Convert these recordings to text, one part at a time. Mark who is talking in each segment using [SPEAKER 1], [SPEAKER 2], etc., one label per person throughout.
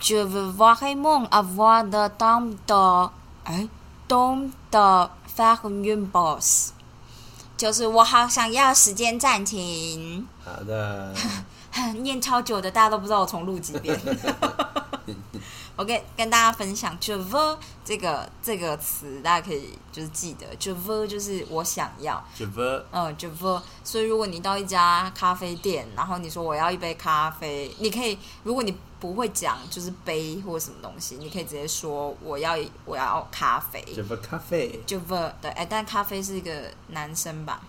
[SPEAKER 1] Je veux vraiment avoir le temps de，哎，temps de faire une pause，就是我好想要时间暂停。
[SPEAKER 2] 好的，
[SPEAKER 1] 念超久的，大家都不知道我重录几遍。 我跟跟大家分享 j e v e 这个这个词，大家可以就是记得 j e v e 就是我想要，
[SPEAKER 2] 这不
[SPEAKER 1] 嗯 j e v e 所以如果你到一家咖啡店，然后你说我要一杯咖啡，你可以，如果你不会讲就是杯或什么东西，你可以直接说我要我要咖啡
[SPEAKER 2] 这不咖啡
[SPEAKER 1] j e v e 对，哎、但咖啡是一个男生吧？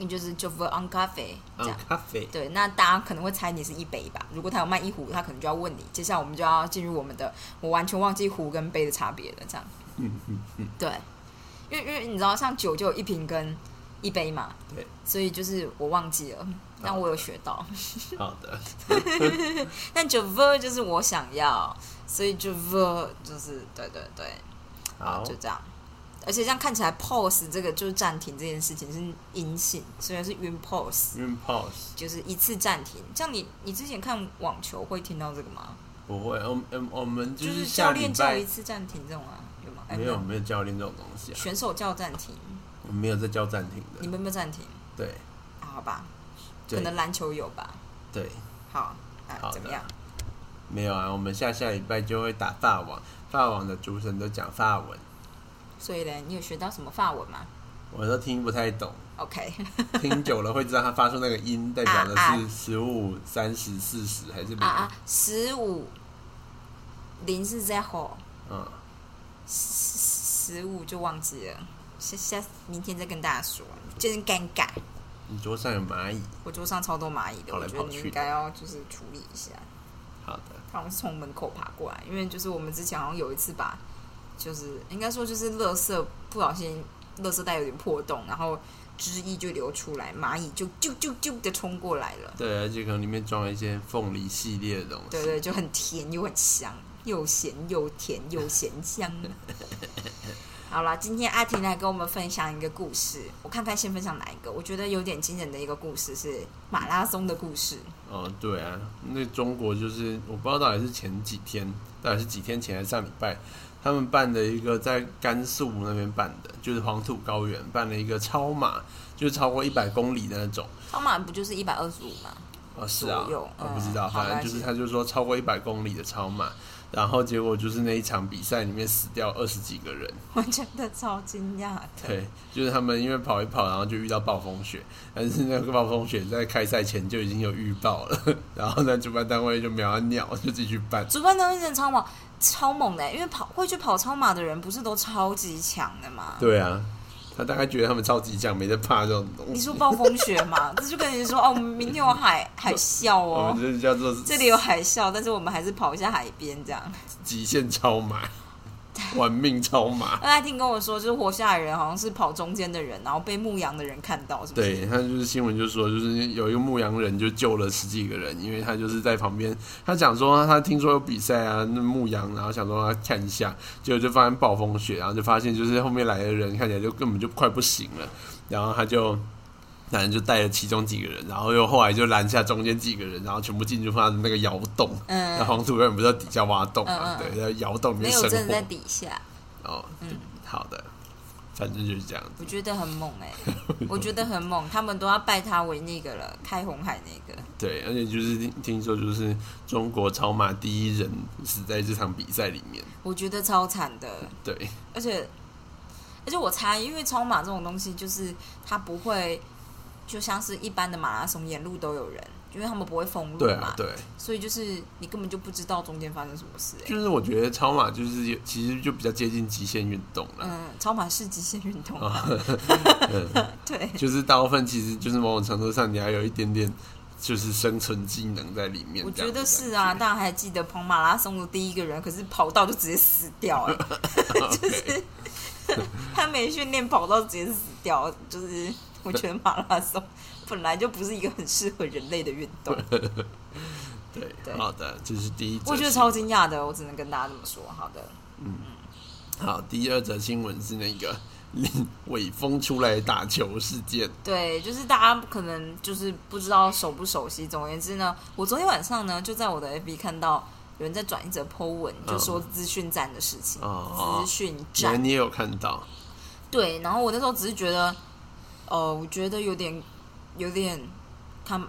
[SPEAKER 1] 你就是 j e v e on 咖啡这
[SPEAKER 2] ，on
[SPEAKER 1] 样。
[SPEAKER 2] 咖啡，
[SPEAKER 1] 对，那大家可能会猜你是一杯吧？如果他有卖一壶，他可能就要问你。接下来我们就要进入我们的，我完全忘记壶跟杯的差别了。这样，
[SPEAKER 2] 嗯嗯嗯，
[SPEAKER 1] 对，因为因为你知道，像酒就有一瓶跟一杯嘛，
[SPEAKER 2] 对，
[SPEAKER 1] 所以就是我忘记
[SPEAKER 2] 啊
[SPEAKER 1] 了，但我有学到。
[SPEAKER 2] 好的，
[SPEAKER 1] 但酒 v 就是我想要，所以就 v 就是对对对，
[SPEAKER 2] 好
[SPEAKER 1] 就，这样。而且这样看起来，pause 这个就是暂停这件事情是阴性，虽然是 in pause，
[SPEAKER 2] 因为 pause
[SPEAKER 1] 就是一次暂停。像你你之前看网球会听到这个吗？
[SPEAKER 2] 不会，我们我们我们
[SPEAKER 1] 就是是
[SPEAKER 2] 下
[SPEAKER 1] 教
[SPEAKER 2] 礼
[SPEAKER 1] 练叫
[SPEAKER 2] 拜
[SPEAKER 1] 一次暂停这种啊，有吗？哎
[SPEAKER 2] 没有没有教练这种东西啊，
[SPEAKER 1] 选手叫暂停，
[SPEAKER 2] 我们没有在教暂停
[SPEAKER 1] 你
[SPEAKER 2] 的，
[SPEAKER 1] 们有没有暂停？
[SPEAKER 2] 对
[SPEAKER 1] 啊好吧，可能
[SPEAKER 2] 对
[SPEAKER 1] 篮球有吧。
[SPEAKER 2] 对，
[SPEAKER 1] 好，啊，
[SPEAKER 2] 好的
[SPEAKER 1] 怎么样？
[SPEAKER 2] 没有啊，我们下下礼拜就会打法网，法网的主审都讲法文，
[SPEAKER 1] 所以呢，你有学到什么法文吗
[SPEAKER 2] 我都听不太懂。
[SPEAKER 1] ？OK，
[SPEAKER 2] 听久了会知道它发出那个音，代表的
[SPEAKER 1] 啊
[SPEAKER 2] 是十五、三十、四十还是
[SPEAKER 1] 啊
[SPEAKER 2] 零？
[SPEAKER 1] 啊，十五零是 zero，
[SPEAKER 2] 嗯，
[SPEAKER 1] 十五就忘记了，下下明天再跟大家说，真尴尬。
[SPEAKER 2] 你桌上有蚂蚁。
[SPEAKER 1] 我桌上超多蚂蚁的，
[SPEAKER 2] 跑
[SPEAKER 1] 我
[SPEAKER 2] 来
[SPEAKER 1] 觉得
[SPEAKER 2] 跑
[SPEAKER 1] 你
[SPEAKER 2] 去
[SPEAKER 1] 应该要就是处理一下。
[SPEAKER 2] 好的，
[SPEAKER 1] 好像是从门口爬过来，因为就是我们之前好像有一次把，就是应该说就是垃圾不小心，垃圾袋有点破洞，然后汁液就流出来，蚂蚁就啾啾啾的冲过来了，
[SPEAKER 2] 对，而且可能里面装了一些凤梨系列的东西。
[SPEAKER 1] 对对，就很甜又很香，又咸又甜又咸 香。好啦，今天阿婷来跟我们分享一个故事，我看看先分享哪一个，我觉得有点惊人的一个故事是马拉松的故 事，
[SPEAKER 2] 哦，对啊，那中国就是我不知道到底是前几天，到底是几天前还是上礼拜，他们办的一个在甘肃那边办的，就是黄土高原办了一个超马，就是超
[SPEAKER 1] 嗯
[SPEAKER 2] 过一百公里的那种。
[SPEAKER 1] 超马不就是一百二十五吗？
[SPEAKER 2] 哦，是啊，
[SPEAKER 1] 左右
[SPEAKER 2] 我不知道，
[SPEAKER 1] 嗯好
[SPEAKER 2] 反正
[SPEAKER 1] 了
[SPEAKER 2] 就是
[SPEAKER 1] 解
[SPEAKER 2] 他就说超过一百公里的超马，然后结果就是那一场比赛里面死掉二十几个人，
[SPEAKER 1] 我觉得超惊讶的。
[SPEAKER 2] 对，就是他们因为跑一跑，然后就遇到暴风雪，但是那个暴风雪在开赛前就已经有预报了， 然后呢，主办单位就没有要鸟，就继续办。
[SPEAKER 1] 主办单位真的超猛，超猛的欸、因为跑会去跑超马的人不是都超级强的吗？
[SPEAKER 2] 对啊，他大概觉得他们超级强，没在怕这种东
[SPEAKER 1] 你
[SPEAKER 2] 西。
[SPEAKER 1] 说暴风雪 嘛，这就跟你说哦，明天有海海啸
[SPEAKER 2] 我
[SPEAKER 1] 哦
[SPEAKER 2] 们，就是叫做
[SPEAKER 1] 这里有海啸，但是我们还是跑一下海边这样。
[SPEAKER 2] 极限超马，玩命超马。
[SPEAKER 1] 那他听跟我说，就是活下来的人好像是跑中间的人，然后被牧羊的人看到，是不是？
[SPEAKER 2] 对他就是新闻就说，就是有一个牧羊人就救了十几个人，因为他就是在旁边，他讲说他听说有比赛啊，那牧羊，然后想说他看一下，结果就发现暴风雪，然后就发现就是后面来的人看起来就根本就快不行了，然后他就。反正就带了其中几个人，然后又后来就拦下中间几个人，然后全部进去放在那个窑洞。
[SPEAKER 1] 嗯
[SPEAKER 2] 那黄土高原不是在底下挖洞嘛？
[SPEAKER 1] 嗯嗯嗯
[SPEAKER 2] 对，在窑洞里
[SPEAKER 1] 没
[SPEAKER 2] 面
[SPEAKER 1] 有
[SPEAKER 2] 生
[SPEAKER 1] 真的在
[SPEAKER 2] 火。
[SPEAKER 1] 底下，
[SPEAKER 2] 哦，好的，反正就是这样
[SPEAKER 1] 我觉得很猛哎、我觉得很猛，他们都要拜他为那个了，开红海那个。
[SPEAKER 2] 对，而且就是听听说，就是中国超马第一人死在这场比赛里面。
[SPEAKER 1] 我觉得超惨的，
[SPEAKER 2] 对，
[SPEAKER 1] 而且而且我猜，因为超马这种东西，就是它不会就像是一般的马拉松，沿路都有人，因为他们不会封路
[SPEAKER 2] 对
[SPEAKER 1] 嘛，
[SPEAKER 2] 啊，对，
[SPEAKER 1] 所以就是你根本就不知道中间发生什么事、欸。
[SPEAKER 2] 就是我觉得超马就是有其实就比较接近极限运动了。
[SPEAKER 1] 嗯，超马是极限运动，
[SPEAKER 2] 啊、 嗯，
[SPEAKER 1] 对，
[SPEAKER 2] 就是大部分其实就是某种程度上你要有一点点就是生存技能在里面。
[SPEAKER 1] 我
[SPEAKER 2] 这
[SPEAKER 1] 觉
[SPEAKER 2] 样子
[SPEAKER 1] 得是啊。
[SPEAKER 2] 感觉
[SPEAKER 1] 大家还记得跑马拉松的第一个人，可是跑道就直接死掉、欸， 就是 他没训练跑道直接死掉，就是我觉得马拉 松本来就不是一个很适合人类的运动。
[SPEAKER 2] 对，
[SPEAKER 1] 对
[SPEAKER 2] 好的，这是第一则新
[SPEAKER 1] 我
[SPEAKER 2] 闻。
[SPEAKER 1] 觉得超惊讶的，我只能跟大家这么说。好的，
[SPEAKER 2] 好，第二则新闻是那个 尾风出来打球事件。
[SPEAKER 1] 对，就是大家可能就是不知道熟不熟悉。总而言之呢，我昨天晚上呢就在我的 FB 看到有人在转一则 po 文，就说资讯站的事情，
[SPEAKER 2] 嗯哦
[SPEAKER 1] 资讯
[SPEAKER 2] 原来
[SPEAKER 1] 站。
[SPEAKER 2] 你也有看到，
[SPEAKER 1] 对，然后我那时候只是觉得，呃，我觉得有点有点他。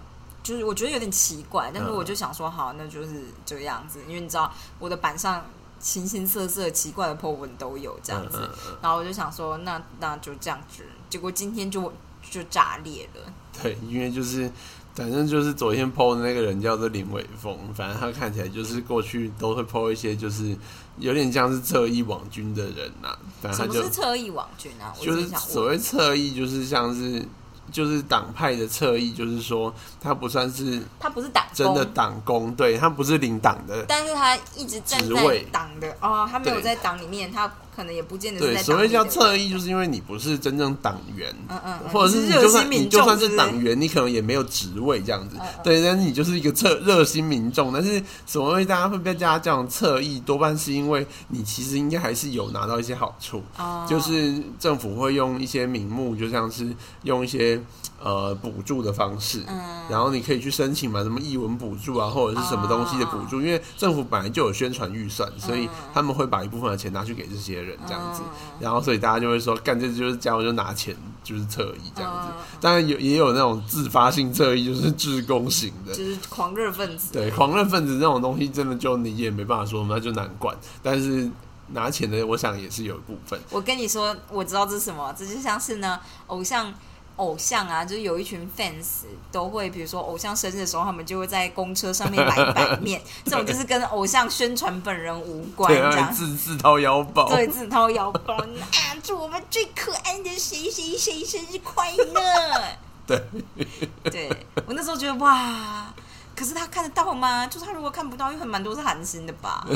[SPEAKER 1] 就是我觉得有点奇怪，但是
[SPEAKER 2] 嗯
[SPEAKER 1] 我就想说，好，那就是这个样子，因为你知道我的板上形形色色、奇怪的 po 文都有这样
[SPEAKER 2] 嗯
[SPEAKER 1] 子，
[SPEAKER 2] 嗯嗯，
[SPEAKER 1] 然后我就想说，那那就这样子，结果今天就就炸裂了。
[SPEAKER 2] 对，因为就是。反正就是昨天 PO 的那个人叫做林伟峰，反正他看起来就是过去都会 PO 一些，就是有点像是侧翼网军的人呐、反
[SPEAKER 1] 什
[SPEAKER 2] 正
[SPEAKER 1] 么
[SPEAKER 2] 他就是
[SPEAKER 1] 侧翼网军啊？我
[SPEAKER 2] 就
[SPEAKER 1] 真的
[SPEAKER 2] 是
[SPEAKER 1] 想
[SPEAKER 2] 所
[SPEAKER 1] 问。
[SPEAKER 2] 谓侧翼，就是像是就是党派的侧翼，就是说他不算是
[SPEAKER 1] 他不是党工
[SPEAKER 2] 真的，党工，对他不是领党的，
[SPEAKER 1] 但是他一直站
[SPEAKER 2] 职
[SPEAKER 1] 在
[SPEAKER 2] 位
[SPEAKER 1] 党的哦，他没有
[SPEAKER 2] 对
[SPEAKER 1] 在党里面，他可能也不见得是
[SPEAKER 2] 对，
[SPEAKER 1] 在
[SPEAKER 2] 所
[SPEAKER 1] 党
[SPEAKER 2] 谓
[SPEAKER 1] 里
[SPEAKER 2] 叫
[SPEAKER 1] 面。
[SPEAKER 2] 侧翼，就是因为你不是真正党员。
[SPEAKER 1] 嗯嗯，嗯
[SPEAKER 2] 或
[SPEAKER 1] 你
[SPEAKER 2] 者是你
[SPEAKER 1] 热
[SPEAKER 2] 就
[SPEAKER 1] 心
[SPEAKER 2] 算你
[SPEAKER 1] 民
[SPEAKER 2] 就
[SPEAKER 1] 众，
[SPEAKER 2] 算
[SPEAKER 1] 是
[SPEAKER 2] 是
[SPEAKER 1] 不
[SPEAKER 2] 党员，你可能也没有职位这样子
[SPEAKER 1] 嗯嗯，
[SPEAKER 2] 对，但是你就是一个侧热心民众。但是所谓大家会被大家这样侧翼，多半是因为你其实应该还是有拿到一些好处，
[SPEAKER 1] 哦
[SPEAKER 2] 就是政府会用一些名目，就像是用一些呃补助的方式，
[SPEAKER 1] 嗯
[SPEAKER 2] 然后你可以去申请嘛，什么译文补助啊，或者是什么东西的补
[SPEAKER 1] 哦
[SPEAKER 2] 助，因为政府本来就有宣传预算，所
[SPEAKER 1] 嗯
[SPEAKER 2] 以他们会把一部分的钱拿去给这些人 这样子，然后所以大家就会说，干这就是家伙就拿钱就是侧翼这样子
[SPEAKER 1] 嗯嗯，
[SPEAKER 2] 当然有也有那种自发性侧翼，就是自工型的，
[SPEAKER 1] 嗯就是狂热分子。
[SPEAKER 2] 对，狂热分子这种东西，真的就你也没办法说嘛，那就难管。但是拿钱的，我想也是有一部分。
[SPEAKER 1] 我跟你说，我知道这是什么，这就像是呢，偶像偶像啊，就是有一群 fans 都会，比如说偶像生日的时候，他们就会在公车上 面买版面，这种就是跟偶像宣传本人无关，
[SPEAKER 2] 对，啊
[SPEAKER 1] 这
[SPEAKER 2] 要
[SPEAKER 1] 样。
[SPEAKER 2] 自自掏腰包。
[SPEAKER 1] 对，自掏腰包啊！祝我们最可爱的谁谁谁生日快乐！
[SPEAKER 2] 对，
[SPEAKER 1] 对我那时候觉得哇，可是他看得到吗？就是他如果看不到，因为很蛮多是韩星的 吧。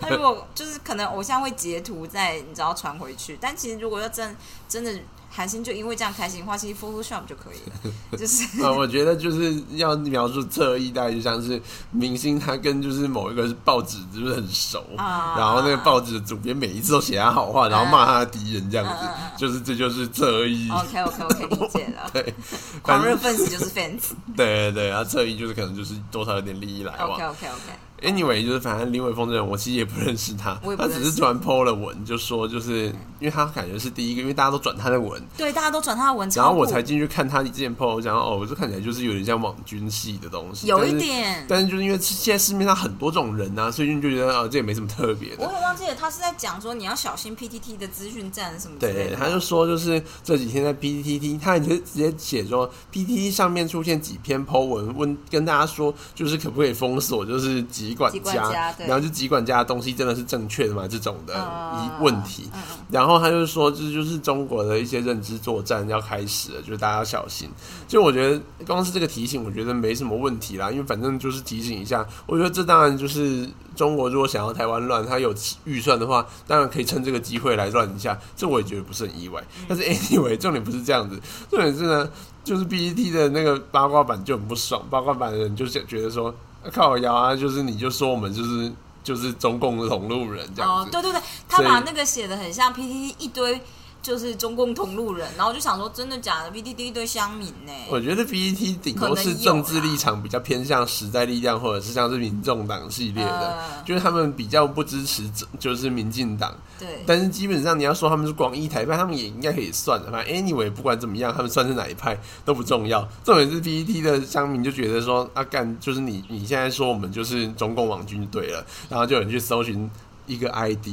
[SPEAKER 1] 他如果就是可能偶像会截图在你知道传回去，但其实如果要真真的韩星就因为这样开心的话，其实 Photoshop 就可以 了，就是
[SPEAKER 2] 呃，我觉得就是要描述侧翼，大概就像是明星他跟就是某一个报纸就是很熟，
[SPEAKER 1] 啊
[SPEAKER 2] 然后那个报纸主编每一次都写他好话，然后骂他的敌人这样子，
[SPEAKER 1] 嗯嗯嗯哦
[SPEAKER 2] 就是这就是侧翼。
[SPEAKER 1] OK OK OK 理解了。
[SPEAKER 2] 对， 反
[SPEAKER 1] 狂热
[SPEAKER 2] 正
[SPEAKER 1] 分子就是 fans。
[SPEAKER 2] 对对对，他侧翼就是可能就是多少有点利益来往
[SPEAKER 1] OK。OK OK。
[SPEAKER 2] Anyway，就是反正林伟峰这人，我其实也不认识他，
[SPEAKER 1] 我也不
[SPEAKER 2] 他
[SPEAKER 1] 认识
[SPEAKER 2] 只是突然 PO 了文，就说就是因为他感觉是第一个，因为大家都转他的文，
[SPEAKER 1] 对，大家都转他的文章，
[SPEAKER 2] 然后我才进去看他之前 PO，我想说哦，我就看起来就是有点像网军系的东西，
[SPEAKER 1] 有
[SPEAKER 2] 但
[SPEAKER 1] 一
[SPEAKER 2] 是。
[SPEAKER 1] 点。
[SPEAKER 2] 但是就是因为现在市面上很多这种人啊，所以你就觉得啊、呃这也没什么特别
[SPEAKER 1] 我
[SPEAKER 2] 的。
[SPEAKER 1] 很忘记了，他是在讲说你要小心 PTT 的资讯站什么之类
[SPEAKER 2] 对，
[SPEAKER 1] 的
[SPEAKER 2] 他
[SPEAKER 1] 吗。
[SPEAKER 2] 就说就是这几天在 PTT，他也直接直接写说 PTT 上面出现几篇 Po 文，问跟大家说就是可不可以封锁，就是集管
[SPEAKER 1] 集管家对
[SPEAKER 2] 然后就集管家的东西真的是正确的吗？这种的
[SPEAKER 1] 嗯
[SPEAKER 2] 疑问题。
[SPEAKER 1] 嗯嗯
[SPEAKER 2] 然后他就说，这就是中国的一些认知作战要开始了，就是大家要小心。就我觉得光是这个提醒，我觉得没什么问题啦，因为反正就是提醒一下。我觉得这当然就是中国如果想要台湾乱，他有预算的话，当然可以趁这个机会来乱一下。这我也觉得不是很意外。
[SPEAKER 1] 嗯
[SPEAKER 2] 但是 anyway，重点不是这样子，重点是呢，就是 BET 的那个八卦版就很不爽，八卦版的人就想觉得说，啊靠谣啊，就是你就说我们就是就是中共的同路人这样
[SPEAKER 1] 哦
[SPEAKER 2] 子，。
[SPEAKER 1] 对对对，他
[SPEAKER 2] 所以
[SPEAKER 1] 把那个写的很像 PTT 一堆就是中共同路人，然后我就想说真的假的，PTT 一堆乡民呢、
[SPEAKER 2] 我觉得 BET 顶多是政治立场比较偏向时代力量，或者是像是民众党系列的，
[SPEAKER 1] 嗯
[SPEAKER 2] 就是他们比较不支持政就是民进党，
[SPEAKER 1] 对，
[SPEAKER 2] 但是基本上你要说他们是广义台派，他们也应该可以算的。反正 anyway，不管怎么样，他们算是哪一派都不重要。重点是 PET 的乡民就觉得说，啊干，就是你你现在说我们就是中共网军就对了，然后就有人去搜寻一个 ID，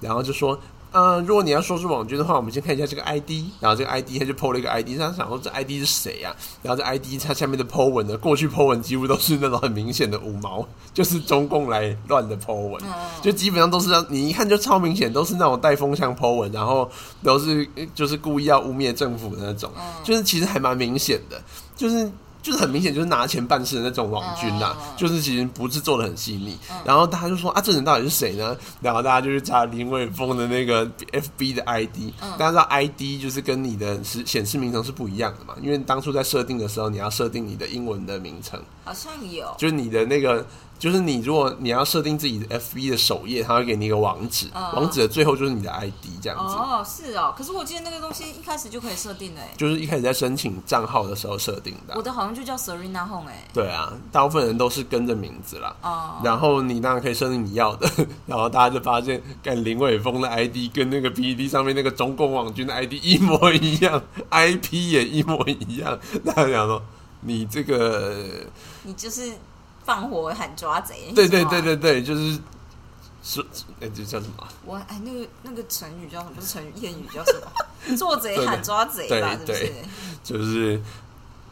[SPEAKER 2] 然后就说。呃，如果你要说是网军的话，我们先看一下这个 ID，然后这个 ID 他就 PO 了一个 ID，他想说这 ID 是谁啊？然后这 ID 它下面的 PO 文呢，过去 PO 文几乎都是那种很明显的五毛，就是中共来乱的 PO 文，就基本上都是让你一看就超明显，都是那种带风向 PO 文，然后都是呃就是故意要污蔑政府的那种，就是其实还蛮明显的，就是。就是很明显，就是拿钱办事的那种网军
[SPEAKER 1] 嗯
[SPEAKER 2] 呐、
[SPEAKER 1] 嗯嗯
[SPEAKER 2] 就是其实不是做的很细腻。然后大家就说啊，这人到底是谁呢？然后大家就去查林伟峰的那个 FB 的 ID，、大
[SPEAKER 1] 嗯
[SPEAKER 2] 家知道 ID 就是跟你的是显示名称是不一样的嘛，因为当初在设定的时候，你要设定你的英文的名称，
[SPEAKER 1] 好像有，
[SPEAKER 2] 就是你的那个。就是你如果你要设定自己的 FB 的首页，它会给你一个网址，
[SPEAKER 1] 嗯
[SPEAKER 2] 网址的最后就是你的 ID 这样子。
[SPEAKER 1] 哦，是哦，可是我记得那个东西一开始就可以设定的哎，
[SPEAKER 2] 就是一开始在申请账号的时候设定的啊、
[SPEAKER 1] 我的好像就叫 Serena Home 哎，
[SPEAKER 2] 对啊，大部分人都是跟着名字啦。
[SPEAKER 1] 哦，
[SPEAKER 2] 然后你当然可以设定你要的， 然后大家就发现，干林伟峰的 ID 跟那个 PPT 上面那个中共网军的 ID 一模一样，IP 也一模一样。 那家想说，你这个，
[SPEAKER 1] 你就是放火喊抓贼，
[SPEAKER 2] 对
[SPEAKER 1] 是
[SPEAKER 2] 对对
[SPEAKER 1] 吗，
[SPEAKER 2] 对对，就是说，哎，这叫什么啊？
[SPEAKER 1] 我哎那个那个成语叫什么？不是成语，谚语叫什 么？做贼喊抓贼吧，是
[SPEAKER 2] 对
[SPEAKER 1] 不
[SPEAKER 2] 对
[SPEAKER 1] 是？
[SPEAKER 2] 就是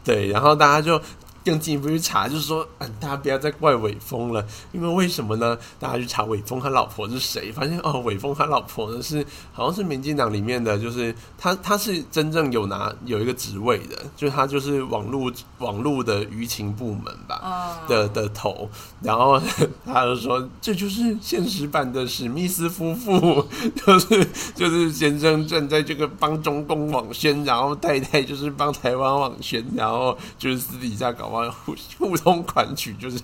[SPEAKER 2] 对，然后大家就更进一步去查，就是说，啊，大家不要再怪伟峰了，因为为什么呢？大家去查伟峰他老婆是谁，发现哦，伟峰他老婆呢是好像是民进党里面的，就是他他是真正有拿有一个职位的，就是他就是网络网络的舆情部门吧，
[SPEAKER 1] 嗯，
[SPEAKER 2] 的的头，然后 他就说这就是现实版的史密斯夫妇， 就是就是先生站在这个帮中共网宣，然后太太就是帮台湾网宣，然后就是私底下搞完互 互通款曲，就是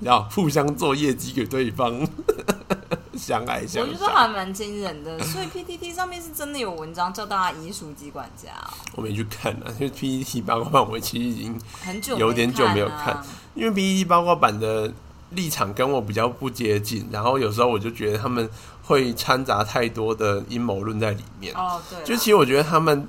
[SPEAKER 2] 然后互相做业绩给对方， 相爱相
[SPEAKER 1] 我觉得
[SPEAKER 2] 杀。
[SPEAKER 1] 还蛮惊人的，所以 PTT 上面是真的有文章叫大家移书籍管家哦、
[SPEAKER 2] 我没去看啊，因为 PPT 八卦版我其实已经
[SPEAKER 1] 很久
[SPEAKER 2] 有点久没有
[SPEAKER 1] 看、啊
[SPEAKER 2] 看。因为 B 1八卦版的立场跟我比较不接近，然后有时候我就觉得他们会掺杂太多的阴谋论在里面。
[SPEAKER 1] 哦，对啦，
[SPEAKER 2] 就其实我觉得他们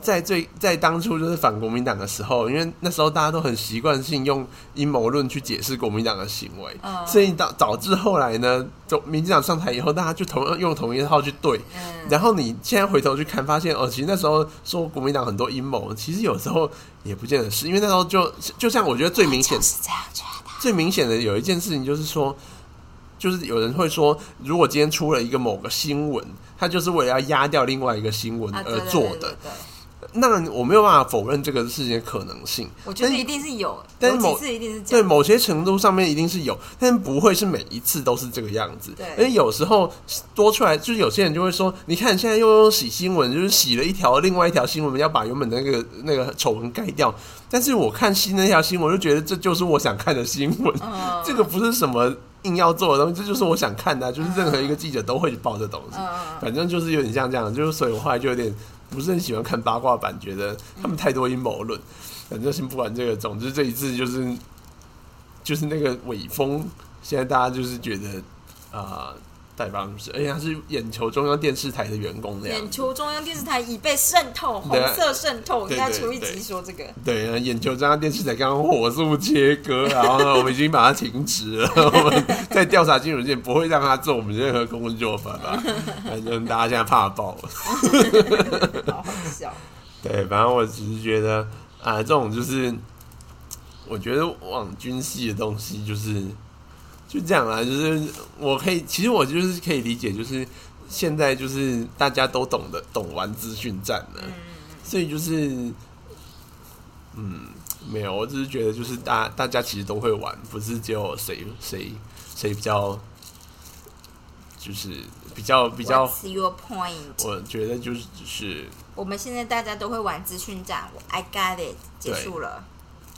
[SPEAKER 2] 在最在当初就是反国民党的时候，因为那时候大家都很习惯性用阴谋论去解释国民党的行为，
[SPEAKER 1] 嗯
[SPEAKER 2] 所以导导致后来呢，就民进党上台以后，大家就同样用同一套去对。
[SPEAKER 1] 嗯，
[SPEAKER 2] 然后你现在回头去看，发现哦，其实那时候说国民党很多阴谋，其实有时候也不见得是，因为那时候就就像我觉得最明显
[SPEAKER 1] 就是这样觉得。
[SPEAKER 2] 最明显的有一件事情就是说，就是有人会说，如果今天出了一个某个新闻，它就是为了要压掉另外一个新闻
[SPEAKER 1] 啊，
[SPEAKER 2] 而
[SPEAKER 1] 对对
[SPEAKER 2] 呃做
[SPEAKER 1] 对对
[SPEAKER 2] 的。
[SPEAKER 1] 对，
[SPEAKER 2] 那我没有办法否认这个事情的可能性，
[SPEAKER 1] 我觉得
[SPEAKER 2] 但
[SPEAKER 1] 一定是有，
[SPEAKER 2] 但是
[SPEAKER 1] 有
[SPEAKER 2] 某
[SPEAKER 1] 几次一定是这
[SPEAKER 2] 对
[SPEAKER 1] 样。
[SPEAKER 2] 某些程度上面一定是有，但不会是每一次都是这个样子。
[SPEAKER 1] 对
[SPEAKER 2] 而且有时候多出来，就是有些人就会说，你看现在又用洗新闻，就是洗了一条，另外一条新闻要把原本那个那个丑闻盖掉。但是我看新那条新闻，我就觉得这就是我想看的新闻。
[SPEAKER 1] 嗯
[SPEAKER 2] 这个不是什么硬要做的东西，这就是我想看的啊、就是任何一个记者都会去报这东西。
[SPEAKER 1] 嗯，
[SPEAKER 2] 反正就是有点像这样，就是所以我后来就有点不是很喜欢看八卦版，觉得他们太多阴谋论。反正先不管这个，总之这一次就是就是那个尾风，现在大家就是觉得啊。代表什么事？而且他是眼球中央电视台的员工的样子
[SPEAKER 1] 眼球中央电视台已被渗透，红
[SPEAKER 2] 对啊
[SPEAKER 1] 色渗透。应
[SPEAKER 2] 对
[SPEAKER 1] 该
[SPEAKER 2] 对
[SPEAKER 1] 出一
[SPEAKER 2] 对
[SPEAKER 1] 集说这个，
[SPEAKER 2] 对啊，眼球这家电视台刚刚火速切割，然后呢，我们已经把它停止了。我们在调查金融界不会让他做我们任何工作，法吧？反正大家现在怕爆了。
[SPEAKER 1] 好好笑。
[SPEAKER 2] 对，反正我只是觉得啊，这种就是我觉得网军系的东西就是就这样啦，就是我可以，其实我就是可以理解，就是现在就是大家都懂得懂玩资讯战了，所以就是嗯，没有，我只是觉得就是大大家其实都会玩，不是只有谁谁谁比较就是比较比较，
[SPEAKER 1] What's your point？
[SPEAKER 2] 我觉得就是就是
[SPEAKER 1] 我们现在大家都会玩资讯战我，I got it，结束了，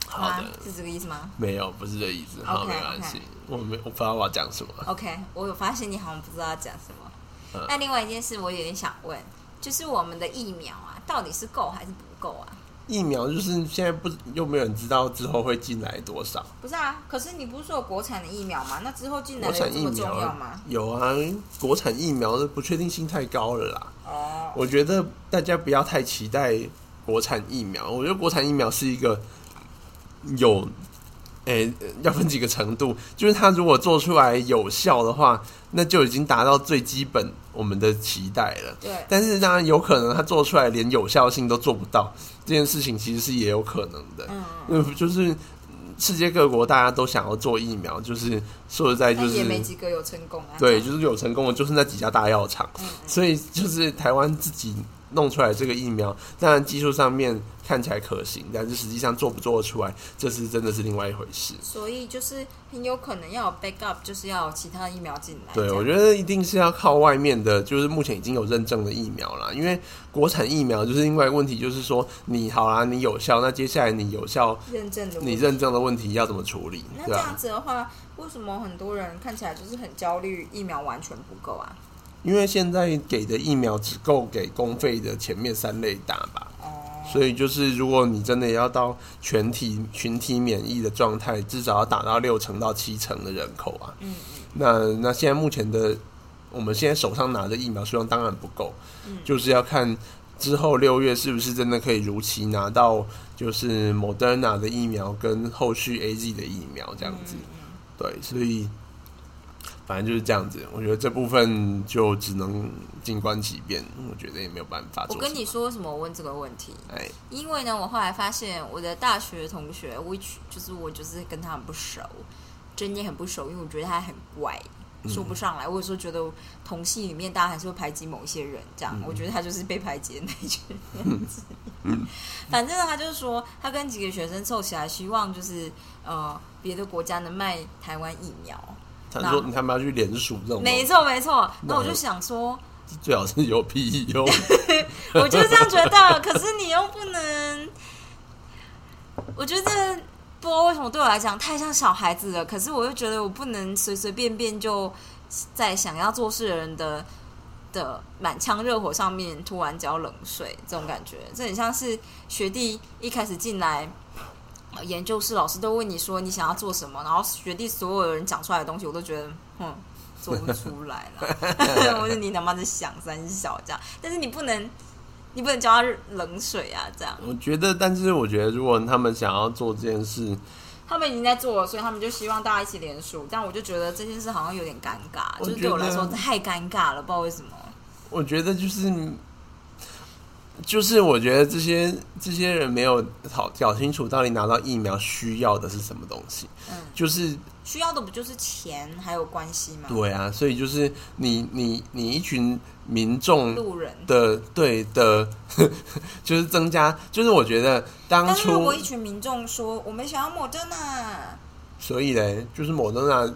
[SPEAKER 2] 好的
[SPEAKER 1] 吗。是这个意思吗
[SPEAKER 2] 没有，不是这意思。好
[SPEAKER 1] OK，
[SPEAKER 2] 没关系
[SPEAKER 1] OK
[SPEAKER 2] 我没我不知道我要讲什么。
[SPEAKER 1] ？OK，我有发现你好像不知道要讲什么。
[SPEAKER 2] 嗯
[SPEAKER 1] 那另外一件事，我有点想问，就是我们的疫苗啊，到底是够还是不够啊？
[SPEAKER 2] 疫苗就是现在不又没有人知道之后会进来多少，
[SPEAKER 1] 不是啊，可是你不是说有国产的疫苗吗？那之后进来
[SPEAKER 2] 国
[SPEAKER 1] 的有
[SPEAKER 2] 产
[SPEAKER 1] 这
[SPEAKER 2] 疫
[SPEAKER 1] 么重要
[SPEAKER 2] 苗
[SPEAKER 1] 吗？
[SPEAKER 2] 有啊，国产疫苗的不确定性太高了啦。
[SPEAKER 1] 哦，
[SPEAKER 2] 我觉得大家不要太期待国产疫苗，我觉得国产疫苗是一个有。诶、要分几个程度，就是它如果做出来有效的话，那就已经达到最基本我们的期待了。
[SPEAKER 1] 对，
[SPEAKER 2] 但是当然有可能他做出来连有效性都做不到，这件事情其实是也有可能的。
[SPEAKER 1] 嗯，
[SPEAKER 2] 嗯，就是嗯世界各国大家都想要做疫苗，就是说实在就
[SPEAKER 1] 但
[SPEAKER 2] 是
[SPEAKER 1] 也没几个有成功啊。
[SPEAKER 2] 对，就是有成功的就是那几家大药厂，
[SPEAKER 1] 嗯
[SPEAKER 2] 所以就是台湾自己弄出来这个疫苗，当然技术上面看起来可行，但是实际上做不做得出来，这是真的是另外一回事。
[SPEAKER 1] 所以就是很有可能要有 backup，就是要有其他疫苗进来。
[SPEAKER 2] 对，
[SPEAKER 1] 得
[SPEAKER 2] 我觉得一定是要靠外面的，就是目前已经有认证的疫苗啦。因为国产疫苗就是另外一个问题，就是说你好啦，你有效，那接下来你有效，
[SPEAKER 1] 认证的问
[SPEAKER 2] 你
[SPEAKER 1] 题。
[SPEAKER 2] 认证的问题要怎么处理？
[SPEAKER 1] 那
[SPEAKER 2] 对
[SPEAKER 1] 这
[SPEAKER 2] 啊
[SPEAKER 1] 样
[SPEAKER 2] 吧？
[SPEAKER 1] 子的话，为什么很多人看起来就是很焦虑，疫苗完全不够啊？
[SPEAKER 2] 因为现在给的疫苗只够给公费的前面三类打吧。
[SPEAKER 1] 哦、
[SPEAKER 2] 所以就是，如果你真的要到全体群体免疫的状态，至少要打到六成到七成的人口啊。
[SPEAKER 1] 嗯
[SPEAKER 2] 那那现在目前的，我们现在手上拿的疫苗数量当然不够，
[SPEAKER 1] 嗯
[SPEAKER 2] 就是要看之后六月是不是真的可以如期拿到，就是 Moderna 的疫苗跟后续 A Z 的疫苗这样子。对，所以反正就是这样子。我觉得这部分就只能静观其变，我觉得也没有办法做
[SPEAKER 1] 我
[SPEAKER 2] 什么。
[SPEAKER 1] 跟你说，为什么我问这个问题？
[SPEAKER 2] 哎，
[SPEAKER 1] 因为呢，我后来发现我的大学同学，which 就是我就是跟他很不熟，真也很不熟，因为我觉得他很怪，说不上来。或者说觉得同系里面大家还是会排挤某一些人，这样、我觉得他就是被排挤的那一群人 之一。反正呢，他就是说，他跟几个学生凑起来，希望就是呃别的国家能卖台湾疫苗。
[SPEAKER 2] 他说你他妈去联署这种东
[SPEAKER 1] 没
[SPEAKER 2] 西，
[SPEAKER 1] 错没错，
[SPEAKER 2] 那
[SPEAKER 1] 那我就想说，
[SPEAKER 2] 最好是有屁用。
[SPEAKER 1] 我就是这样觉得。可是你又不能，我觉得这不知道为什么对我来讲太像小孩子了。可是我又觉得我不能随随便便就在想要做事的人的的满腔热火上面突然浇冷水，这种感觉，这很像是学弟一开始进来。呃研究室老师都问你说你想要做什么，然后学弟所有人讲出来的东西，我都觉得，嗯，做不出来 了，或者你他妈在想三小这样，但是你不能，你不能浇他冷水啊，这样。
[SPEAKER 2] 我觉得，但是我觉得，如果他们想要做这件事，
[SPEAKER 1] 他们已经在做了，所以他们就希望大家一起联署，但我就觉得这件事好像有点尴尬，
[SPEAKER 2] 我
[SPEAKER 1] 就是
[SPEAKER 2] 觉
[SPEAKER 1] 对我来
[SPEAKER 2] 得
[SPEAKER 1] 说太尴尬了，不知道为什么。
[SPEAKER 2] 我觉得就是，就是我觉得这些这些人没有搞搞清楚到底拿到疫苗需要的是什么东西。
[SPEAKER 1] 嗯
[SPEAKER 2] 就是
[SPEAKER 1] 需要的不就是钱还有关系吗？
[SPEAKER 2] 对啊，所以就是你你你一群民众
[SPEAKER 1] 路人。
[SPEAKER 2] 的对的，就是增加，就是我觉得当
[SPEAKER 1] 但是如
[SPEAKER 2] 初
[SPEAKER 1] 果一群民众说我们想要啊莫德纳，
[SPEAKER 2] 所以嘞，就是某东啊，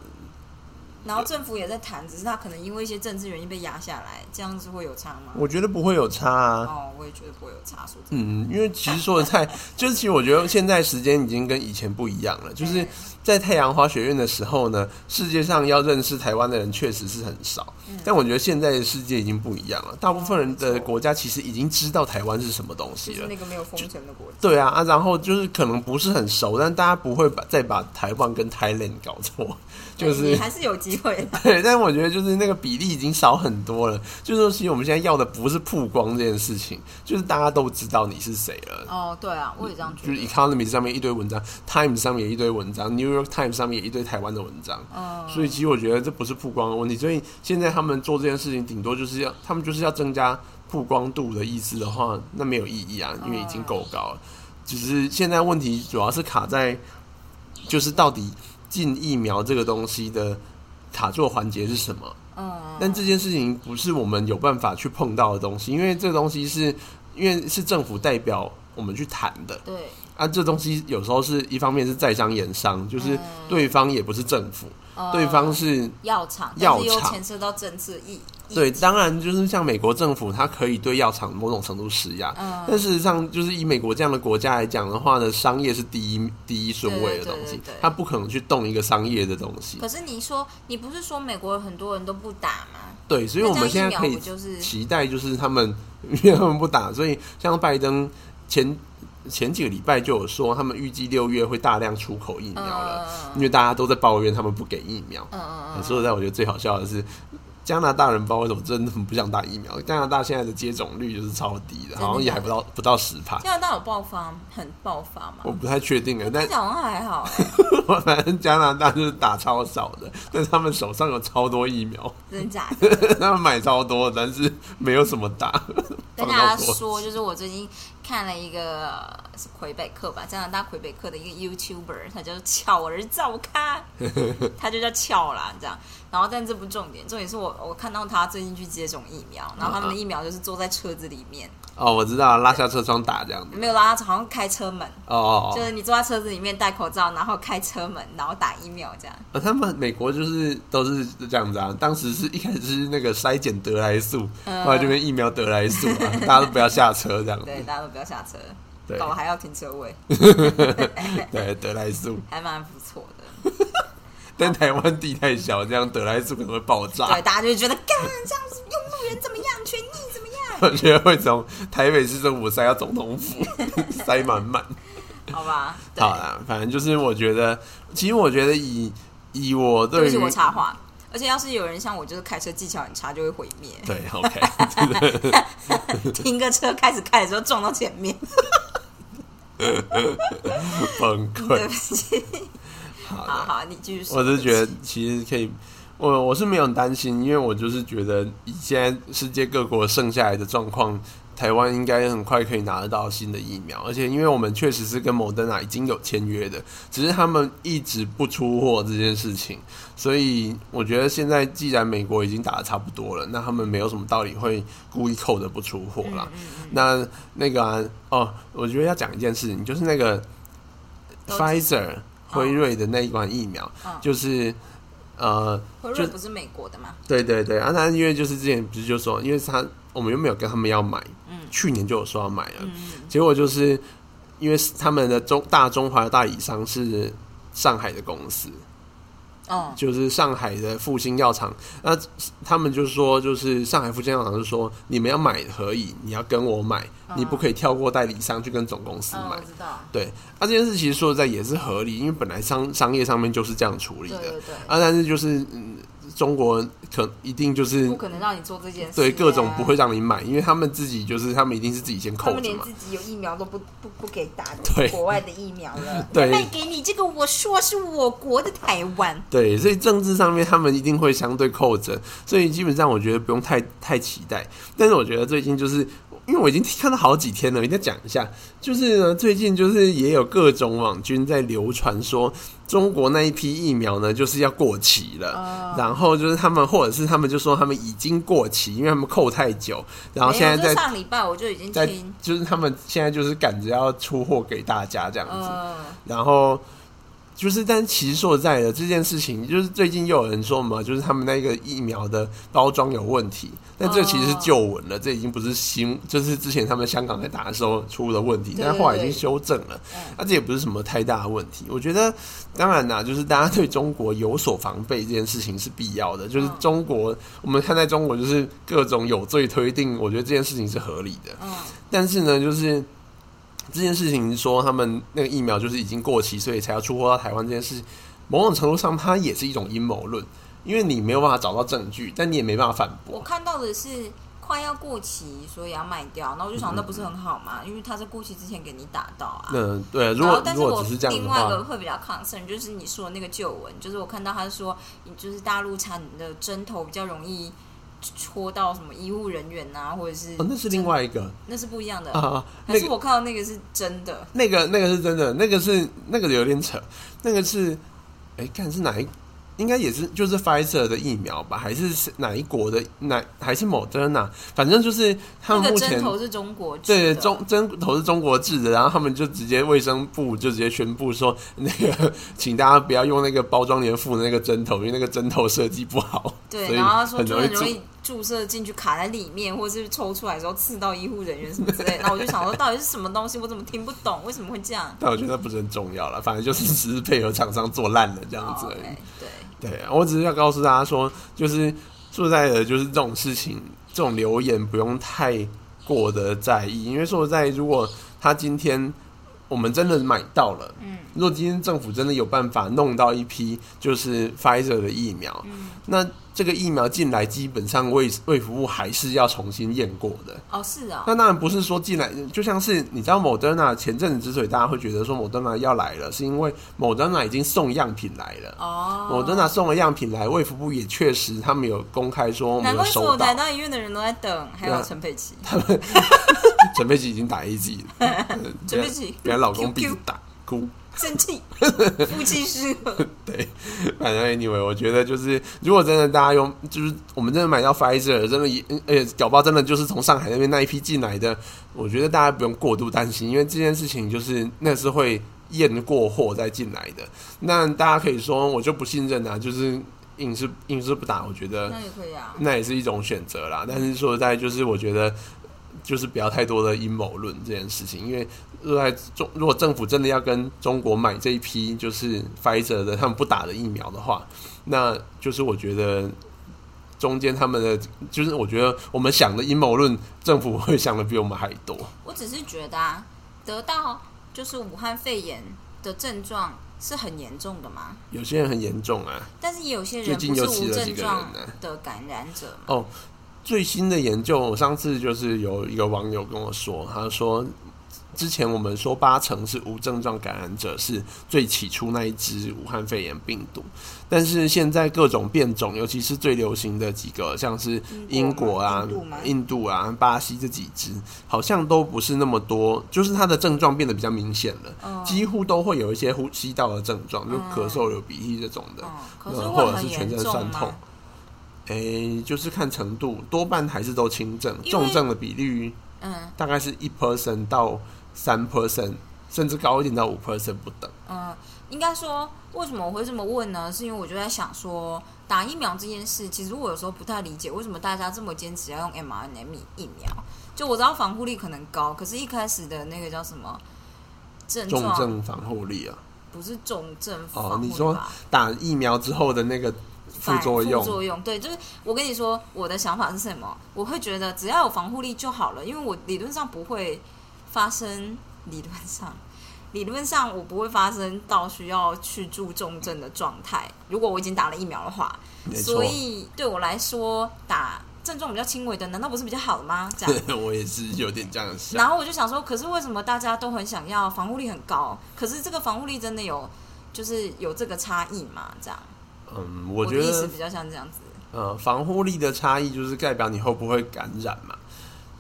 [SPEAKER 1] 然后政府也在谈，只是他可能因为一些政治原因被压下来，这样子会有差吗？
[SPEAKER 2] 我觉得不会有差啊。
[SPEAKER 1] 哦，我也觉得不会有差，说真的
[SPEAKER 2] 嗯，因为其实说的太，就是其实我觉得现在时间已经跟以前不一样了。就是在太阳花学院的时候呢，世界上要认识台湾的人确实是很少，
[SPEAKER 1] 嗯
[SPEAKER 2] 但我觉得现在的世界已经不一样了。大部分人的国家其实已经知道台湾是什么东
[SPEAKER 1] 就
[SPEAKER 2] 西
[SPEAKER 1] 是
[SPEAKER 2] 了。
[SPEAKER 1] 那个没有封城的国家。
[SPEAKER 2] 对啊，啊，然后就是可能不是很熟，但大家不会把再把台湾跟 Thailand 搞错， 就
[SPEAKER 1] 对你
[SPEAKER 2] 是
[SPEAKER 1] 还是有机会 的。
[SPEAKER 2] 对，但我觉得就是那个比例已经少很多了。就是说，其实我们现在要的不是曝光这件事情，就是大家都知道你是谁了。
[SPEAKER 1] 哦，对啊，我也这样觉
[SPEAKER 2] 就是
[SPEAKER 1] 得。
[SPEAKER 2] Economy 上面一堆文章，Times 上面也一堆文章，New York Times 上面也一堆台湾的文章。
[SPEAKER 1] 嗯，
[SPEAKER 2] 所以其实我觉得这不是曝光的问题，所以现在他们做这件事情，顶多就是要他们就是要增加曝光度的意思的话，那没有意义啊，因为已经够高了。只是现在问题主要是卡在，就是到底进疫苗这个东西的卡住的环节是什么？
[SPEAKER 1] 嗯，
[SPEAKER 2] 但这件事情不是我们有办法去碰到的东西，因为这东西是因为是政府代表我们去谈的，
[SPEAKER 1] 对，
[SPEAKER 2] 啊，这东西有时候是一方面是在商言商，
[SPEAKER 1] 嗯
[SPEAKER 2] 就是对方也不是政府，
[SPEAKER 1] 呃
[SPEAKER 2] 对方是
[SPEAKER 1] 药厂，
[SPEAKER 2] 药
[SPEAKER 1] 但是又
[SPEAKER 2] 厂
[SPEAKER 1] 牵涉到政治意义。
[SPEAKER 2] 对，当然就是像美国政府，它可以对药厂某种程度施压，
[SPEAKER 1] 嗯
[SPEAKER 2] 但事实上就是以美国这样的国家来讲的话呢，商业是第一第一顺位的东
[SPEAKER 1] 对
[SPEAKER 2] 西
[SPEAKER 1] 对对对对，
[SPEAKER 2] 它不可能去动一个商业的东西。
[SPEAKER 1] 可是你说，你不是说美国有很多人都不打吗？
[SPEAKER 2] 对，所以我们现在可以
[SPEAKER 1] 那这样疫苗不就是
[SPEAKER 2] 期待，就是他们因为他们不打，所以像拜登前前几个礼拜就有说，他们预计六月会大量出口疫苗了，因
[SPEAKER 1] 嗯
[SPEAKER 2] 为大家都在抱怨他们不给疫苗。
[SPEAKER 1] 嗯嗯
[SPEAKER 2] 说实在，我觉得最好笑的是。加拿大人不知道为什么真的很不想打疫苗。加拿大现在的接种率就是超低的，
[SPEAKER 1] 的
[SPEAKER 2] 好像也还不到不到十趴
[SPEAKER 1] 嗯，，加拿大有爆发，很爆发嘛
[SPEAKER 2] 我？不太确定了。但
[SPEAKER 1] 这好像还 好、欸，
[SPEAKER 2] 反正加拿大就是打超少的，但是他们手上有超多疫苗，
[SPEAKER 1] 真假的？
[SPEAKER 2] 他们买超多，但是没有什么打。
[SPEAKER 1] 跟
[SPEAKER 2] 放
[SPEAKER 1] 大家
[SPEAKER 2] 到国
[SPEAKER 1] 说，就是我最近看了一个是魁北克吧，加拿大魁北克的一个 YouTuber，他叫巧儿照 咖，他就叫巧啦，这样。然后，但这不重点，重点是我我看到他最近去接种疫苗，然后他们的
[SPEAKER 2] 啊
[SPEAKER 1] 疫苗就是坐在车子里面，
[SPEAKER 2] 哦，我知道，拉下车窗打这样子。
[SPEAKER 1] 没有拉，好像开车门，
[SPEAKER 2] 哦哦
[SPEAKER 1] 就
[SPEAKER 2] 哦
[SPEAKER 1] 是你坐在车子里面戴口罩，然后开车门，然后打疫苗这 样。
[SPEAKER 2] 呃，他们美国就是都是这样子啊。当时是一开始是那个筛检得来速，后来就变疫苗得来速啊，大家都不要下车这样子。
[SPEAKER 1] 嗯对，大家都不要下车，
[SPEAKER 2] 对
[SPEAKER 1] 搞得还要停车 位，
[SPEAKER 2] 对，得来速，
[SPEAKER 1] 还蛮不错的。
[SPEAKER 2] 但台湾地太小，这样得来速可能会爆炸
[SPEAKER 1] 对，。大家就会觉得，干这样子，用路人怎么样，权益怎么样？
[SPEAKER 2] 我觉得会从台北市政府塞到总 统府，塞满满。
[SPEAKER 1] 好吧，对
[SPEAKER 2] 好啦，反正就是我觉得，其实我觉得以以我
[SPEAKER 1] 对
[SPEAKER 2] 对
[SPEAKER 1] 不
[SPEAKER 2] 于
[SPEAKER 1] 起，我插话。而且要是有人像我，就是开车技巧很差，就会毁 灭。
[SPEAKER 2] 对 OK，
[SPEAKER 1] 停个车开始开的时候撞到前 面，
[SPEAKER 2] 崩
[SPEAKER 1] 对
[SPEAKER 2] 溃
[SPEAKER 1] 不。起。
[SPEAKER 2] 好
[SPEAKER 1] 好
[SPEAKER 2] 的，
[SPEAKER 1] 好，你继续说。
[SPEAKER 2] 我只是觉
[SPEAKER 1] 对
[SPEAKER 2] 得其实可以，我我是没有担心，因为我就是觉得以现在世界各国剩下来的状况。台湾应该很快可以拿得到新的疫苗，而且因为我们确实是跟莫德纳已经有签约的，只是他们一直不出货这件事情，所以我觉得现在既然美国已经打得差不多了，那他们没有什么道理会故意扣着不出货啦。那那个、啊、哦，我觉得要讲一件事情，就是那个
[SPEAKER 1] 都
[SPEAKER 2] Pfizer 辉瑞的那一款疫苗，
[SPEAKER 1] 嗯
[SPEAKER 2] 就是呃，
[SPEAKER 1] 不起辉
[SPEAKER 2] 就
[SPEAKER 1] 瑞不是美国的吗？
[SPEAKER 2] 对对对，啊，那因为就是之前不是就说，因为他我们又没有跟他们要买，嗯，去年就有说要买
[SPEAKER 1] 嗯
[SPEAKER 2] 了，结果就是因为他们的中大中华大以商是上海的公司，
[SPEAKER 1] 哦，
[SPEAKER 2] 就是上海的复兴药厂，那他们就说，就是上海复兴药厂就说，你们要买可以，你要跟我买，你不可以跳过代理商去跟总公司
[SPEAKER 1] 嗯，我。
[SPEAKER 2] 买
[SPEAKER 1] 知道。
[SPEAKER 2] 对，啊那、这件事其实说实在也是合理，因为本来商商业上面就是这样处理
[SPEAKER 1] 对
[SPEAKER 2] 的。
[SPEAKER 1] 对对，
[SPEAKER 2] 啊，但是就是、嗯、中国可一定就是
[SPEAKER 1] 不可能让你做这件事。啊
[SPEAKER 2] 对各种不会。让你买，因为他们自己就是他们一定是自己先
[SPEAKER 1] 他
[SPEAKER 2] 扣
[SPEAKER 1] 们
[SPEAKER 2] 着
[SPEAKER 1] 连
[SPEAKER 2] 嘛
[SPEAKER 1] 自。己有疫苗都不不不给打
[SPEAKER 2] 对
[SPEAKER 1] 国外的疫苗了，
[SPEAKER 2] 对
[SPEAKER 1] 卖给你这个我说是我国的台湾，
[SPEAKER 2] 对，所以政治上面他们一定会相对扣着，所以基本上我觉得不用太太期待。但是我觉得最近就是，因为我已经看到好几天了，一定要讲一下。就是呢，最近就是也有各种网军在流传说，中国那一批疫苗呢就是要过期了，
[SPEAKER 1] 哦
[SPEAKER 2] 然后就是他们或者是他们就说他们已经过期，因为他们扣太久，然后
[SPEAKER 1] 没
[SPEAKER 2] 现在
[SPEAKER 1] 有就
[SPEAKER 2] 在
[SPEAKER 1] 上礼拜我就已经
[SPEAKER 2] 在
[SPEAKER 1] 听，
[SPEAKER 2] 就是他们现在就是赶着要出货给大家这样子，
[SPEAKER 1] 嗯，
[SPEAKER 2] 然后就是，但其实说实在的，这件事情就是最近又有人说嘛，就是他们那个疫苗的包装有问题，但这其实是旧闻了，这已经不是新，就是之前他们香港在打的时候出的问题，
[SPEAKER 1] 对
[SPEAKER 2] 但后来已
[SPEAKER 1] 对
[SPEAKER 2] 经修正了，那、这也不是什么太大的问题。我觉得，当然啦，就是大家对中国有所防备这件事情是必要的，
[SPEAKER 1] 嗯
[SPEAKER 2] 就是中国，我们看待中国就是各种有罪推定，我觉得这件事情是合理的，
[SPEAKER 1] 嗯
[SPEAKER 2] 但是呢，就是这件事情说他们那个疫苗就是已经过期，所以才要出货到台湾这件事情，某种程度上它也是一种阴谋论，因为你没有办法找到证据，但你也没办法反
[SPEAKER 1] 我
[SPEAKER 2] 驳。
[SPEAKER 1] 看到的是快要过期，所以要卖掉。那我就想，那不是很好吗？因为它在过期之前给你打到啊。
[SPEAKER 2] 嗯，对，嗯如
[SPEAKER 1] 然后
[SPEAKER 2] 果，
[SPEAKER 1] 但
[SPEAKER 2] 如
[SPEAKER 1] 是我
[SPEAKER 2] 果只是这样
[SPEAKER 1] 另
[SPEAKER 2] 的
[SPEAKER 1] 外一个
[SPEAKER 2] 话，
[SPEAKER 1] 会比较 concern，就是你说的那个旧闻，就是我看到他说，就是大陆产的针头比较容易戳到什么医护人员啊，或者是、
[SPEAKER 2] 哦，那是另，外一个
[SPEAKER 1] 那是不一样的。
[SPEAKER 2] 啊，
[SPEAKER 1] 还
[SPEAKER 2] 那
[SPEAKER 1] 是
[SPEAKER 2] 个
[SPEAKER 1] 我看到那个是真的，
[SPEAKER 2] 那个那个是真的，那个是那个有点扯，那个是，哎，看是哪一。应该也是，就是 Pfizer 的疫苗吧，还是是哪一国的哪，还是 Moderna，反正就是
[SPEAKER 1] 那
[SPEAKER 2] 他们
[SPEAKER 1] 个
[SPEAKER 2] 目
[SPEAKER 1] 针
[SPEAKER 2] 前
[SPEAKER 1] 头是中国制的
[SPEAKER 2] 对，中针头是中国制的，然后他们就直接卫生部就直接宣布说，那个请大家不要用那个包装里面附的那个针头，因为那个针头设计不好，
[SPEAKER 1] 对，
[SPEAKER 2] 所以
[SPEAKER 1] 然后他说
[SPEAKER 2] 很
[SPEAKER 1] 就
[SPEAKER 2] 容易
[SPEAKER 1] 很容易注射进去卡在里面，或是抽出来的时候刺到医护人员什么之类的。然后我就想说，到底是什么东西？我怎么听不懂？为什么会这样？
[SPEAKER 2] 但我觉得那不是很重要了，反正就是只是配合厂商做烂了这样子
[SPEAKER 1] 哦
[SPEAKER 2] 而已。
[SPEAKER 1] ，OK，对，
[SPEAKER 2] 对，我只是要告诉大家说，就是说实在的，就是这种事情，这种留言不用太过的在意，因为说实在，如果他今天我们真的买到了，嗯，如果今天政府真的有办法弄到一批就是 Pfizer 的疫苗，嗯，那这个疫苗进来，基本上卫卫服务还是要重新验过的，
[SPEAKER 1] 哦，是哦，
[SPEAKER 2] 那当然不是说进来，就像是你知道 Moderna 前阵子之所以大家会觉得说 Moderna 要来了，是因为 Moderna 已经送样品来了。
[SPEAKER 1] 哦，
[SPEAKER 2] Moderna 送了样品来，卫福部也确实他们有公开说我们
[SPEAKER 1] 难
[SPEAKER 2] 有
[SPEAKER 1] 怪所
[SPEAKER 2] 收
[SPEAKER 1] 有
[SPEAKER 2] 到
[SPEAKER 1] 来，到医院的人都在等，还有陈佩琪，
[SPEAKER 2] 陈佩琪已经打 A G 了，
[SPEAKER 1] 陈佩琪
[SPEAKER 2] 给她老
[SPEAKER 1] Q
[SPEAKER 2] 公
[SPEAKER 1] Q
[SPEAKER 2] 逼着打哭。
[SPEAKER 1] 生 气，夫妻失和，
[SPEAKER 2] 对，反正 anyway，我觉得就是，如果真的大家用，就是我们真的买到 Pfizer，真的也，而且搞不好真的就是从上海那边那一批进来的，我觉得大家不用过度担心，因为这件事情就是那是会验过货再进来的。那大家可以说，我就不信任啊，就是硬是硬是不打，我觉得
[SPEAKER 1] 那也可以啊。
[SPEAKER 2] 那也是一种选择啦。但是说实在，就是我觉得，就是不要太多的阴谋论这件事情，因为热爱中，如果政府真的要跟中国买这一批就是 Pfizer 的他们不打的疫苗的话，那就是我觉得。中间他们的就是，我觉得我们想的阴谋论，政府会想的比我们还多。
[SPEAKER 1] 我只是觉得啊，得到就是武汉肺炎的症状是很严重的嘛，
[SPEAKER 2] 有些人很严重啊，
[SPEAKER 1] 但是也有些
[SPEAKER 2] 最
[SPEAKER 1] 人
[SPEAKER 2] 近
[SPEAKER 1] 不
[SPEAKER 2] 又
[SPEAKER 1] 是
[SPEAKER 2] 死
[SPEAKER 1] 无
[SPEAKER 2] 了几
[SPEAKER 1] 症
[SPEAKER 2] 个人
[SPEAKER 1] 状
[SPEAKER 2] 呢、
[SPEAKER 1] 的感染者嘛。
[SPEAKER 2] 最新的研究，我上次就是有一个网友跟我说，他说之前我们说八成是无症状感染者是最起初那一支武汉肺炎病毒，但是现在各种变种，尤其是最流行的几个，像是英国啊
[SPEAKER 1] 印度吗、
[SPEAKER 2] 印度啊、巴西这几支，好像都不是那么多，就是它的症状变得比较明显了，
[SPEAKER 1] 嗯
[SPEAKER 2] 几乎都会有一些呼吸道的症状，就咳
[SPEAKER 1] 哦
[SPEAKER 2] 嗽、流鼻涕这种的。
[SPEAKER 1] 嗯，可
[SPEAKER 2] 呃
[SPEAKER 1] 是
[SPEAKER 2] 或
[SPEAKER 1] 会
[SPEAKER 2] 者是
[SPEAKER 1] 很
[SPEAKER 2] 全
[SPEAKER 1] 严
[SPEAKER 2] 身酸
[SPEAKER 1] 重
[SPEAKER 2] 痛
[SPEAKER 1] 吗？。
[SPEAKER 2] 诶、就是看程度，多半还是都轻症，
[SPEAKER 1] 因为
[SPEAKER 2] 重症的比率
[SPEAKER 1] 嗯
[SPEAKER 2] 大概是一 percent 到三 percent，甚至高一点到五 percent 不等。
[SPEAKER 1] 嗯，应该说为什么我会这么问呢？是因为我就在想说，打疫苗这件事，其实我有时候不太理解为什么大家这么坚持要用 mRNA 疫疫苗。就我知道防护力可能高，可是一开始的那个叫什么症
[SPEAKER 2] 重
[SPEAKER 1] 状
[SPEAKER 2] 症防护力啊，
[SPEAKER 1] 不是重症防护
[SPEAKER 2] 哦
[SPEAKER 1] 吧？
[SPEAKER 2] 你说打疫苗之后的那个副
[SPEAKER 1] 反
[SPEAKER 2] 作用，
[SPEAKER 1] 副作用对，就是我跟你说，我的想法是什么？我会觉得只要有防护力就好了，因为我理论上不会发生，理论上，理论上我不会发生到需要去住重症的状态。如果我已经打了疫苗的话，
[SPEAKER 2] 没错
[SPEAKER 1] 所，以对我来说，打症状比较轻微的，难道不是比较好的吗？这样。
[SPEAKER 2] 我也是有点这样想。
[SPEAKER 1] 然后我就想说，可是为什么大家都很想要防护力很高？可是这个防护力真的有，就是有这个差异嘛？这样，
[SPEAKER 2] 嗯，我
[SPEAKER 1] 的
[SPEAKER 2] 觉
[SPEAKER 1] 意思
[SPEAKER 2] 得
[SPEAKER 1] 比较像这样子。
[SPEAKER 2] 呃，防护力的差异就是代表你会不会感染嘛。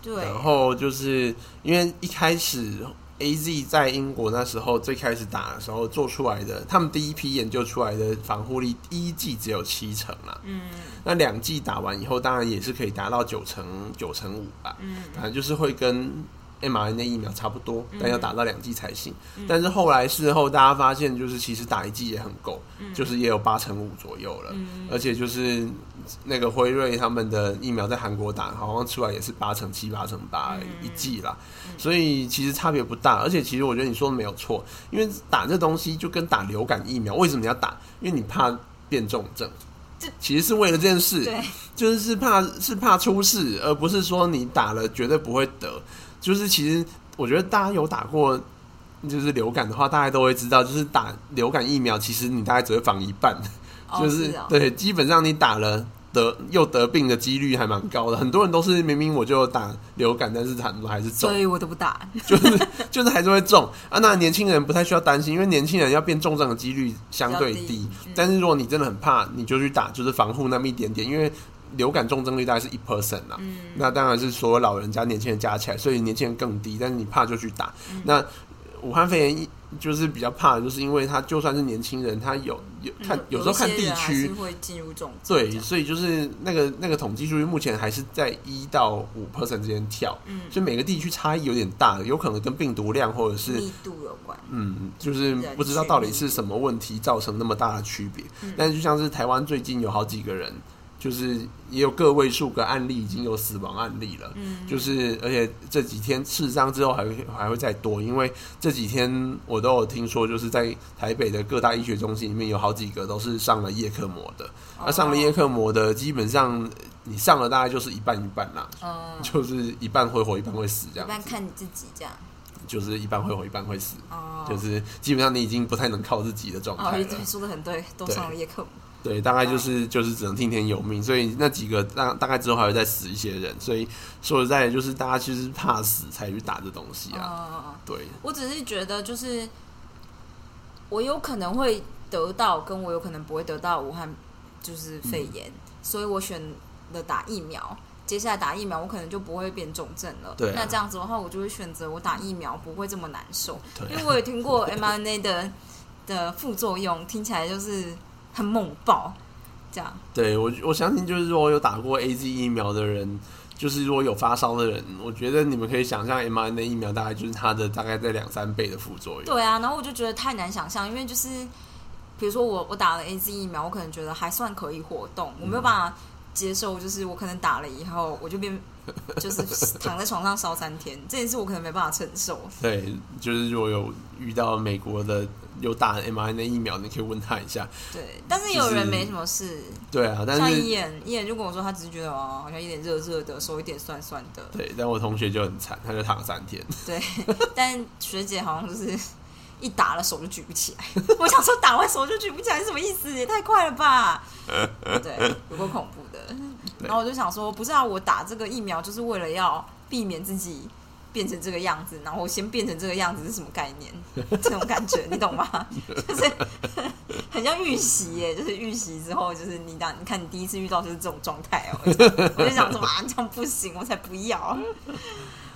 [SPEAKER 1] 对，
[SPEAKER 2] 然后就是因为一开始 A Z 在英国那时候最开始打的时候做出来的，他们第一批研究出来的防护力，第一剂只有七成啦。
[SPEAKER 1] 嗯
[SPEAKER 2] 那两剂打完以后，当然也是可以达到九成九成五吧。
[SPEAKER 1] 嗯。
[SPEAKER 2] 反正就是会跟 mRNA 疫苗差不多，但要打到两剂才行。
[SPEAKER 1] 嗯
[SPEAKER 2] 但是后来事后大家发现，就是其实打一剂也很够，就是也有八成五左右了。
[SPEAKER 1] 嗯
[SPEAKER 2] 而且就是那个辉瑞他们的疫苗在韩国打，好像出来也是八成七、八成八而已
[SPEAKER 1] 嗯
[SPEAKER 2] 一剂啦，所以其实差别不大。而且其实我觉得你说的没有错，因为打这东西就跟打流感疫苗，为什么你要打？因为你怕变重症
[SPEAKER 1] 这。
[SPEAKER 2] 其实是为了这件事，
[SPEAKER 1] 对，
[SPEAKER 2] 就是是怕是怕出事，而不是说你打了绝对不会得。就是其实我觉得大家有打过就是流感的话，大家都会知道，就是打流感疫苗，其实你大概只会防一半，
[SPEAKER 1] 哦
[SPEAKER 2] 就是
[SPEAKER 1] 哦
[SPEAKER 2] 对，基本上你打了。得又得病的几率还蛮高的，很多人都是明明我就有打流感，但是很多还是中
[SPEAKER 1] 所，以我都不打。
[SPEAKER 2] 就是就是还是会中啊。那年轻人不太需要担心，因为年轻人要变重症的几率相对低。
[SPEAKER 1] 比较低嗯
[SPEAKER 2] 但是如果你真的很怕，你就去打，就是防护那么一点点，因为流感重症率大概是一 percent 啦。
[SPEAKER 1] 嗯
[SPEAKER 2] 那当然是所有老人家、年轻人加起来，所以年轻人更低。但是你怕就去打。
[SPEAKER 1] 嗯
[SPEAKER 2] 那武汉肺炎一就是比较怕的，就是因为他就算是年轻人，他有有看有时候看
[SPEAKER 1] 嗯一些
[SPEAKER 2] 地
[SPEAKER 1] 人还
[SPEAKER 2] 区
[SPEAKER 1] 是，会进入重症
[SPEAKER 2] 对
[SPEAKER 1] 这，样。
[SPEAKER 2] 所以就是那个那个统计数据目前还是在一到五 percent 之间跳，
[SPEAKER 1] 嗯
[SPEAKER 2] 所以每个地区差异有点大，有可能跟病毒量或者是
[SPEAKER 1] 密度有关。
[SPEAKER 2] 嗯，就是
[SPEAKER 1] 人
[SPEAKER 2] 不知道
[SPEAKER 1] 群嗯
[SPEAKER 2] 到底是什么问题造成那么大的区别。但就像是台湾最近有好几个人，就是也有个位数个案例已经有死亡案例了。
[SPEAKER 1] 嗯，
[SPEAKER 2] 就是而且这几天刺伤之后还会还会再多，因为这几天我都有听说，就是在台北的各大医学中心里面有好几个都是上了叶克膜的。那、
[SPEAKER 1] 哦
[SPEAKER 2] 上了叶克膜的，基本上呃你上了大概就是一半一半啦，
[SPEAKER 1] 嗯，
[SPEAKER 2] 就是一半会活，一半会死
[SPEAKER 1] 一
[SPEAKER 2] 这样
[SPEAKER 1] 般
[SPEAKER 2] 子，
[SPEAKER 1] 看你自己这样。
[SPEAKER 2] 就是一半会活，一半会死。
[SPEAKER 1] 哦，
[SPEAKER 2] 就是基本上你已经不太能靠自己的状
[SPEAKER 1] 哦，
[SPEAKER 2] 态
[SPEAKER 1] 你
[SPEAKER 2] 了
[SPEAKER 1] 这。边说的很对，都
[SPEAKER 2] 对
[SPEAKER 1] 上了夜课。
[SPEAKER 2] 对，大概就是就是只能听天由命，所以那几个大大概之后还会再死一些人，所以说实在的，就是大家其实怕死才去打这东西
[SPEAKER 1] 哦
[SPEAKER 2] 啊。
[SPEAKER 1] 哦哦
[SPEAKER 2] 对，
[SPEAKER 1] 我只是觉得，就是我有可能会得到，跟
[SPEAKER 2] 嗯
[SPEAKER 1] 我有可能不会得到武汉就是肺炎，所以我选了打疫苗。接下来打疫苗，我可能就不会变重症了。
[SPEAKER 2] 对啊
[SPEAKER 1] 那这样子的话，我就会选择我打疫苗不会这么难受，
[SPEAKER 2] 对啊
[SPEAKER 1] 因为我有听 过 mRNA 的的副作用，听起来就是很猛爆，这样
[SPEAKER 2] 对我我相信就是如果有打过 A Z 疫苗的人，就是如果有发烧的人，我觉得你们可以想象 m R N A 疫苗大概就是它的大概在两三倍的副作用。
[SPEAKER 1] 对啊，然后我就觉得太难想象，因为就是比如说我我打了 A Z 疫苗，我可能觉得还算可以活动，我没
[SPEAKER 2] 嗯
[SPEAKER 1] 有办法接受，就是我可能打了以后我就 变就是躺在床上烧三天，这件事我可能没办法承受。
[SPEAKER 2] 对，就是如果有遇到美国的有打 m R N A 疫苗，你可以问他一下。
[SPEAKER 1] 对，但是
[SPEAKER 2] 就是
[SPEAKER 1] 有人没什么事，
[SPEAKER 2] 对啊，但
[SPEAKER 1] 像
[SPEAKER 2] 是
[SPEAKER 1] 伊眼伊眼就跟我说，他只是觉得哦，好像有点热热的，手有点酸酸的。
[SPEAKER 2] 对，但我同学就很惨，他就躺三天。
[SPEAKER 1] 对，但学姐好像就是一打了手就举不起来。 我想说打完手就举不起来是什么意思？也太快了吧！对，有够恐怖的。
[SPEAKER 2] 对
[SPEAKER 1] 然后我就想说，不是啊，我打这个疫苗就是为了要避免自己变成这个样子，然后我先变成这个样子是什么概念？这种感觉你懂吗？ 就是很像预习耶，就是预习之后，就是你打，你看你第一次遇到就是这种状态哦， 我就想说啊，这样不行，我才不要。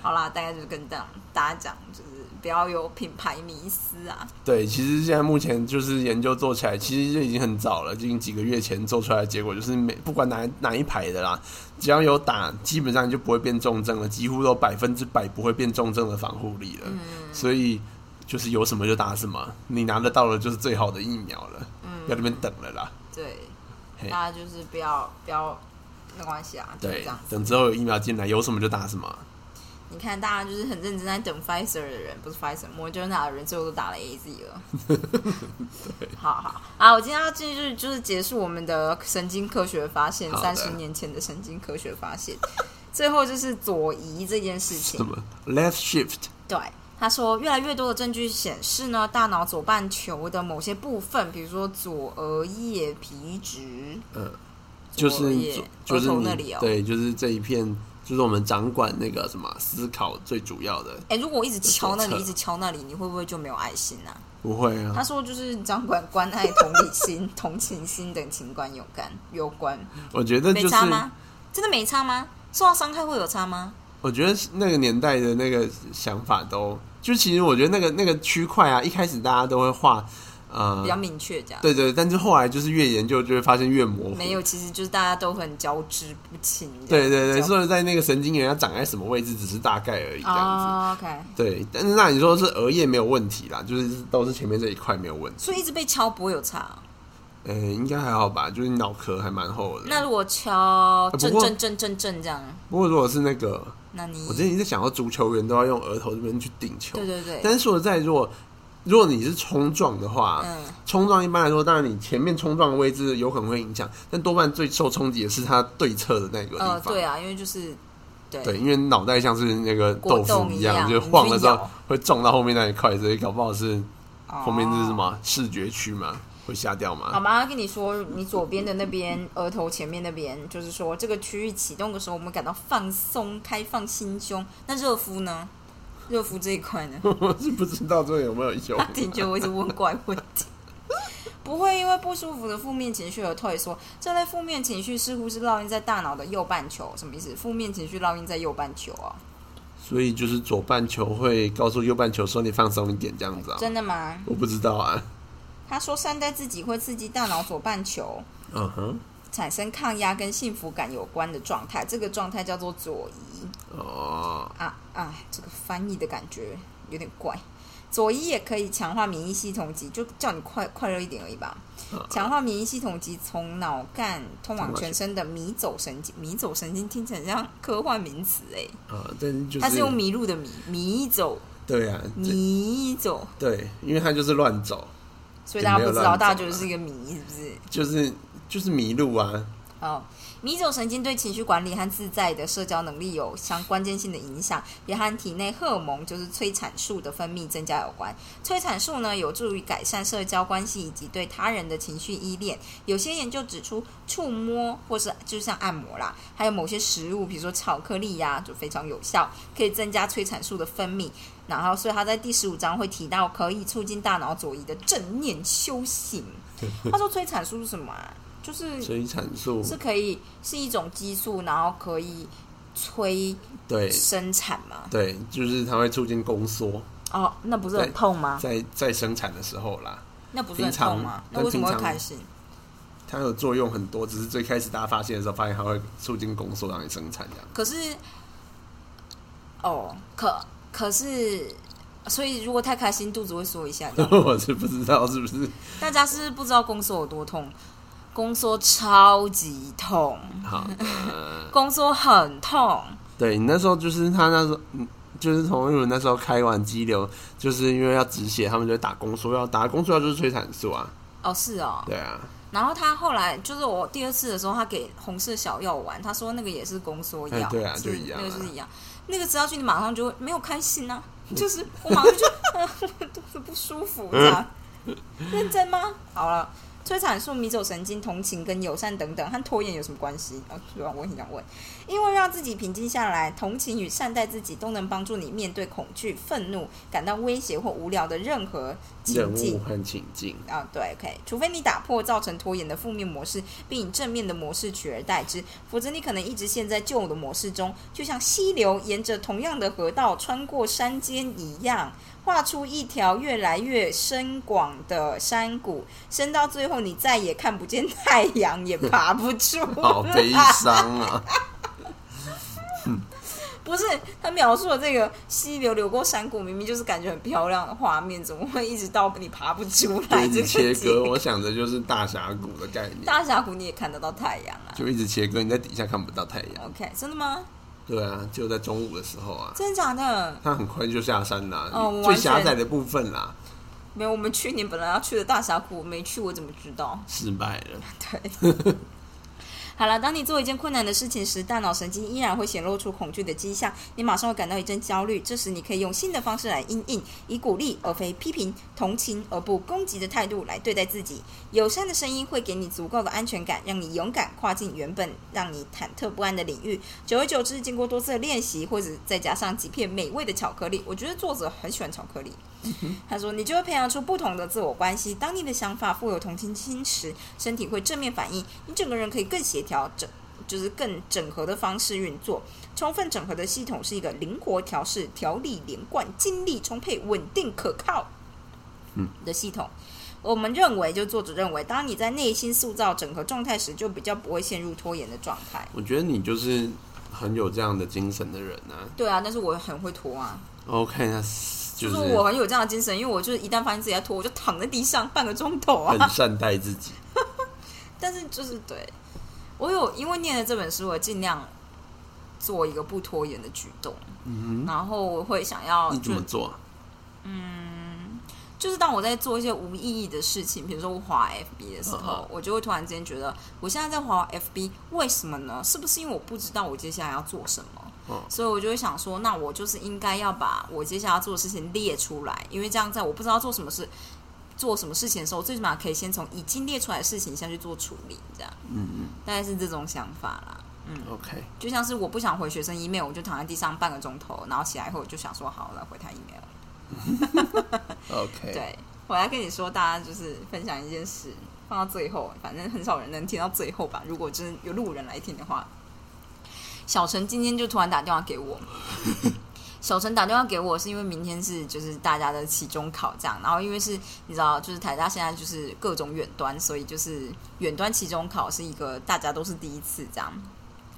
[SPEAKER 1] 好啦，大概就是跟大大家讲，就是不要有品牌迷思啊。
[SPEAKER 2] 对，其实现在目前就是研究做起来，其实就已经很早了，已经几个月前做出来的结果就是每不管哪哪一排的啦，只要有打，基本上就不会变重症了，几乎都百分之百不会变重症的防护力了。所以就是有什么就打什么，你拿得到了就是最好的疫苗了，不要在那边等了啦。
[SPEAKER 1] 对，
[SPEAKER 2] 嘿
[SPEAKER 1] 大家就是不要不要，没关系啊，就是
[SPEAKER 2] 对
[SPEAKER 1] 这样，子。
[SPEAKER 2] 等之后有疫苗进来，有什么就打什么。
[SPEAKER 1] 你看，大家就是很认真在等 Pfizer 的人，不是 Pfizer Moderna 的人，最后都打了 AZ 了。好好啊，我今天要继续就是结束我们的神经科学发现，
[SPEAKER 2] 好的
[SPEAKER 1] 三十年前的神经科学发现。最后就是左移这件事情
[SPEAKER 2] 什，么 left shift？
[SPEAKER 1] 对，他说，越来越多的证据显示呢，大脑左半球的某些部分，比如说左额叶皮质，
[SPEAKER 2] 嗯，就是
[SPEAKER 1] 左
[SPEAKER 2] 左
[SPEAKER 1] 叶
[SPEAKER 2] 就是
[SPEAKER 1] 额头
[SPEAKER 2] 你
[SPEAKER 1] 那里哦。
[SPEAKER 2] 对，就是这一片，就是我们掌管那个什么思考最主要的。
[SPEAKER 1] 哎、如果我一直敲那
[SPEAKER 2] 左
[SPEAKER 1] 里，
[SPEAKER 2] 侧
[SPEAKER 1] 一直敲那里，你会不会就没有爱心啊？
[SPEAKER 2] 不会啊
[SPEAKER 1] 他，说，就是掌管关爱、同理 心、同情心等情感有关有关，
[SPEAKER 2] 我觉得
[SPEAKER 1] 没
[SPEAKER 2] 就是
[SPEAKER 1] 差吗？真的没差吗？受到伤害会有差吗？
[SPEAKER 2] 我觉得那个年代的那个想法都，就其实我觉得那个那个区块啊，一开始大家都会画，呃
[SPEAKER 1] 比，较明确这样。
[SPEAKER 2] 对对，但是后来就是越研究就会发现越模糊。
[SPEAKER 1] 没有，其实就是大家都很交织不清这样。
[SPEAKER 2] 对对对，
[SPEAKER 1] 交
[SPEAKER 2] 所以在那个神经元要长在什么位置，只是大概而已这样子。
[SPEAKER 1] 哦，OK。
[SPEAKER 2] 对，但是那你说是额叶没有问题啦，就是都是前面这一块没有问题，
[SPEAKER 1] 所以一直被敲不会有差哦、
[SPEAKER 2] 呃，应该还好吧，就是脑壳还蛮厚的。
[SPEAKER 1] 那如果敲
[SPEAKER 2] 啊哎不
[SPEAKER 1] 正
[SPEAKER 2] 过
[SPEAKER 1] 正正正正这样，
[SPEAKER 2] 不过如果是那个，
[SPEAKER 1] 那你
[SPEAKER 2] 我之前一直想到足球员都要用额头这边去顶球，
[SPEAKER 1] 对对对，
[SPEAKER 2] 但是说实在，如果如果你是冲撞的话，
[SPEAKER 1] 嗯，
[SPEAKER 2] 冲撞一般来说，当然你前面冲撞的位置有可能会影响，但多半最受冲击的是它对侧的那个地方。
[SPEAKER 1] 呃，对啊，因为就是对
[SPEAKER 2] 对因为脑袋像是那个豆
[SPEAKER 1] 果冻
[SPEAKER 2] 腐
[SPEAKER 1] 一
[SPEAKER 2] 样，
[SPEAKER 1] 样
[SPEAKER 2] 就晃的
[SPEAKER 1] 你
[SPEAKER 2] 时
[SPEAKER 1] 去
[SPEAKER 2] 候
[SPEAKER 1] 咬
[SPEAKER 2] 会撞到后面那一块，所以搞不好是后面是什
[SPEAKER 1] 哦？啊
[SPEAKER 2] 么、视觉区嘛，会瞎掉
[SPEAKER 1] 好
[SPEAKER 2] 嘛。
[SPEAKER 1] 吗？他跟你说，你左边的那边额头前面那边，就是说这个区域启动的时候，我们感到放松、开放心胸。那热敷呢？热敷这一块 呢？
[SPEAKER 2] 我是不知道这个有没有 用
[SPEAKER 1] 他。挺觉得我一直问怪问题。不会因为不舒服的负面情绪而退缩，这类负面情绪似乎是烙印在大脑的右半球，什么意思？负面情绪烙印在右半球啊？
[SPEAKER 2] 所以就是左半球会告诉右半球说你放松一点这样子啊。
[SPEAKER 1] 真的吗？
[SPEAKER 2] 我不知道啊。
[SPEAKER 1] 他说善待自己会刺激大脑左半球
[SPEAKER 2] 嗯哼，
[SPEAKER 1] 产生抗压跟幸福感有关的状态，这个状态叫做左移
[SPEAKER 2] 哦，
[SPEAKER 1] 啊啊，这个翻译的感觉有点怪。左移也可以强化免疫系统及，就叫你快快乐一点而已吧。
[SPEAKER 2] 嗯
[SPEAKER 1] 强化免疫系统及从脑干通往全身的迷走神经，迷走神经听起来很像科幻名词哎、
[SPEAKER 2] 啊，但是就是
[SPEAKER 1] 它是用迷路的迷迷走
[SPEAKER 2] 对啊，这
[SPEAKER 1] 迷走，
[SPEAKER 2] 对，因为它就是乱走，
[SPEAKER 1] 所以大家不知道，
[SPEAKER 2] 也没有乱走啊
[SPEAKER 1] 大家觉得是一个谜是不是？
[SPEAKER 2] 就是就是迷路啊。
[SPEAKER 1] 哦，迷走神经对情绪管理和自在的社交能力有相关键性的呃影响，也和体内荷尔蒙就是催产素的分泌增加有关。催产素呢，有助于改善社交关系以及对他人的情绪依恋。有些研究指出，触摸或是呃就像按摩啦，还有某些食物，比如说巧克力呀、就非常有效，可以增加催产素的分泌。然后，所以他在第十五章会提到可以促进大脑左移的正念修行。他说催产素是什么、啊？就是
[SPEAKER 2] 催产素
[SPEAKER 1] 是可以是一种激素，然后可以催
[SPEAKER 2] 对
[SPEAKER 1] 生产嘛？
[SPEAKER 2] 对，就是它会促进宫缩，
[SPEAKER 1] 哦，那不是很痛吗？
[SPEAKER 2] 在在生产的时候啦，
[SPEAKER 1] 那不是很痛吗？
[SPEAKER 2] 平常
[SPEAKER 1] 那为什么会
[SPEAKER 2] 但平常
[SPEAKER 1] 开心？
[SPEAKER 2] 它的作用很多，只是最开始大家发现的时候，发现它会促进宫缩让你生产这样。
[SPEAKER 1] 可是，哦，可可是，所以如果太开心，肚子会缩一 下这样。
[SPEAKER 2] 我是不知道是不是
[SPEAKER 1] 大家是不是不知道宫缩有多痛？宫缩超级痛，
[SPEAKER 2] 好，呃
[SPEAKER 1] 宫缩很痛。
[SPEAKER 2] 对你那时候就是他那时候，嗯就是从玉文那时候开完肌瘤，就是因为要止血，他们就打宫缩药，打宫缩药就是催产素啊，
[SPEAKER 1] 哦，是哦。
[SPEAKER 2] 对啊，
[SPEAKER 1] 然后他后来就是我第二次的时候，他给红色小药丸，他说那个也是宫缩药，
[SPEAKER 2] 哎对啊
[SPEAKER 1] 是
[SPEAKER 2] 就一样啊
[SPEAKER 1] 那个就是一样。那个吃下去，你马上就会没有开心 啊，就是我马 上就呃肚子不舒服这样。
[SPEAKER 2] 嗯
[SPEAKER 1] 认真吗？好了，催产素、迷走神经、同情跟友善等等，和拖延有什么关系？啊，对啊，我很想问，因为让自己平静下来，同情与善待自己都能帮助你面对恐惧、愤怒、感到威胁或无聊的任何情
[SPEAKER 2] 人
[SPEAKER 1] 境
[SPEAKER 2] 物。和情 境，
[SPEAKER 1] 啊，对，OK，除非你打破造成拖延的负面模式，并以正面的模式取而代之，否则你可能一直陷在旧的模式中，就像溪流沿着同样的河道穿过山间一样，画出一条越来越深广的山谷，深到最后你再也看不见太阳，也爬不出
[SPEAKER 2] 好
[SPEAKER 1] 来
[SPEAKER 2] 悲伤啊！
[SPEAKER 1] 不是他描述的这个溪流流过山谷，明明就是感觉很漂亮的画面，怎么会一直到你爬不出
[SPEAKER 2] 就
[SPEAKER 1] 来
[SPEAKER 2] 一
[SPEAKER 1] 这
[SPEAKER 2] 直
[SPEAKER 1] 个
[SPEAKER 2] 切
[SPEAKER 1] 结
[SPEAKER 2] 割，我想的就是大峡谷的概念，
[SPEAKER 1] 大峡谷你也看得到太阳啊。
[SPEAKER 2] 就一直切割，你在底下看不到太阳，
[SPEAKER 1] OK，真的吗？
[SPEAKER 2] 对啊，就在中午的时候啊，
[SPEAKER 1] 真的假的？
[SPEAKER 2] 它很快就下山啦，
[SPEAKER 1] 哦我完
[SPEAKER 2] 最
[SPEAKER 1] 全
[SPEAKER 2] 狭窄的部分啦，
[SPEAKER 1] 没有，我们去年本来要去的大峡谷我没去，我怎么知道？
[SPEAKER 2] 失败了，
[SPEAKER 1] 对。好了，当你做一件困难的事情时，大脑神经依然会显露出恐惧的迹象，你马上会感到一阵焦虑。这时，你可以用新的方式来应应，以鼓励而非批评、同情而不攻击的态度来对待自己。友善的声音会给你足够的安全感，让你勇敢跨进原本让你忐忑不安的领域。久而久之，经过多次的练习，或者再加上几片美味的巧克力，我觉得作者很喜欢巧克力。他说：“你就会培养出不同的自我关系。当你的想法富有同情心时，身体会正面反应，你整个人可以更协调整，就是更整合的方式运作。充分整合的系统是一个灵活调试、条理连贯、精力充沛、稳定可靠
[SPEAKER 2] 嗯
[SPEAKER 1] 的系统。”我们认为，就作者认为，当你在内心塑造整合状态时，就比较不会陷入拖延的状态。
[SPEAKER 2] 我觉得你就是很有这样的精神的人啊。
[SPEAKER 1] 对啊，但是我很会拖啊，
[SPEAKER 2] OK，那就
[SPEAKER 1] 就是是我很有这样的精神，因为我就是一旦发现自己在拖，我就躺在地上半个钟头啊。
[SPEAKER 2] 很善待自 己。
[SPEAKER 1] 但是就是对我有因为念了这本书，我尽量做一个不拖延的举动，
[SPEAKER 2] 嗯
[SPEAKER 1] 然后我会想要
[SPEAKER 2] 哼，你怎
[SPEAKER 1] 就
[SPEAKER 2] 么做啊？
[SPEAKER 1] 嗯，就是当我在做一些无意义的事情，比如说我滑 FB 的时
[SPEAKER 2] 嗯
[SPEAKER 1] 候，我就会突然间觉得我现在在滑 FB，为什么呢？是不是因为我不知道我接下来要做什么？
[SPEAKER 2] 嗯
[SPEAKER 1] 所以我就会想说，那我就是应该要把我接下来要做的事情列出来，因为这样在我不知道做什么事、做什么事情的时候，最起码可以先从已经列出来的事情下去做处理，这样。
[SPEAKER 2] 嗯嗯
[SPEAKER 1] 大概是这种想法啦。嗯
[SPEAKER 2] ，OK，
[SPEAKER 1] 就像是我不想回学生 email，我就躺在地上半个钟头，然后起来以后我就想说好了，回他 email。
[SPEAKER 2] OK，
[SPEAKER 1] 对，我来跟你说，大家就是分享一件事，放到最后，反正很少人能听到最后吧。如果真有路人来听的话，小陈今天就突然打电话给我。小陈打电话给我是因为明天是就是大家的期中考这样，然后因为是你知道，就是台大现在就是各种远端，所以就是远端期中考是一个大家都是第一次这样。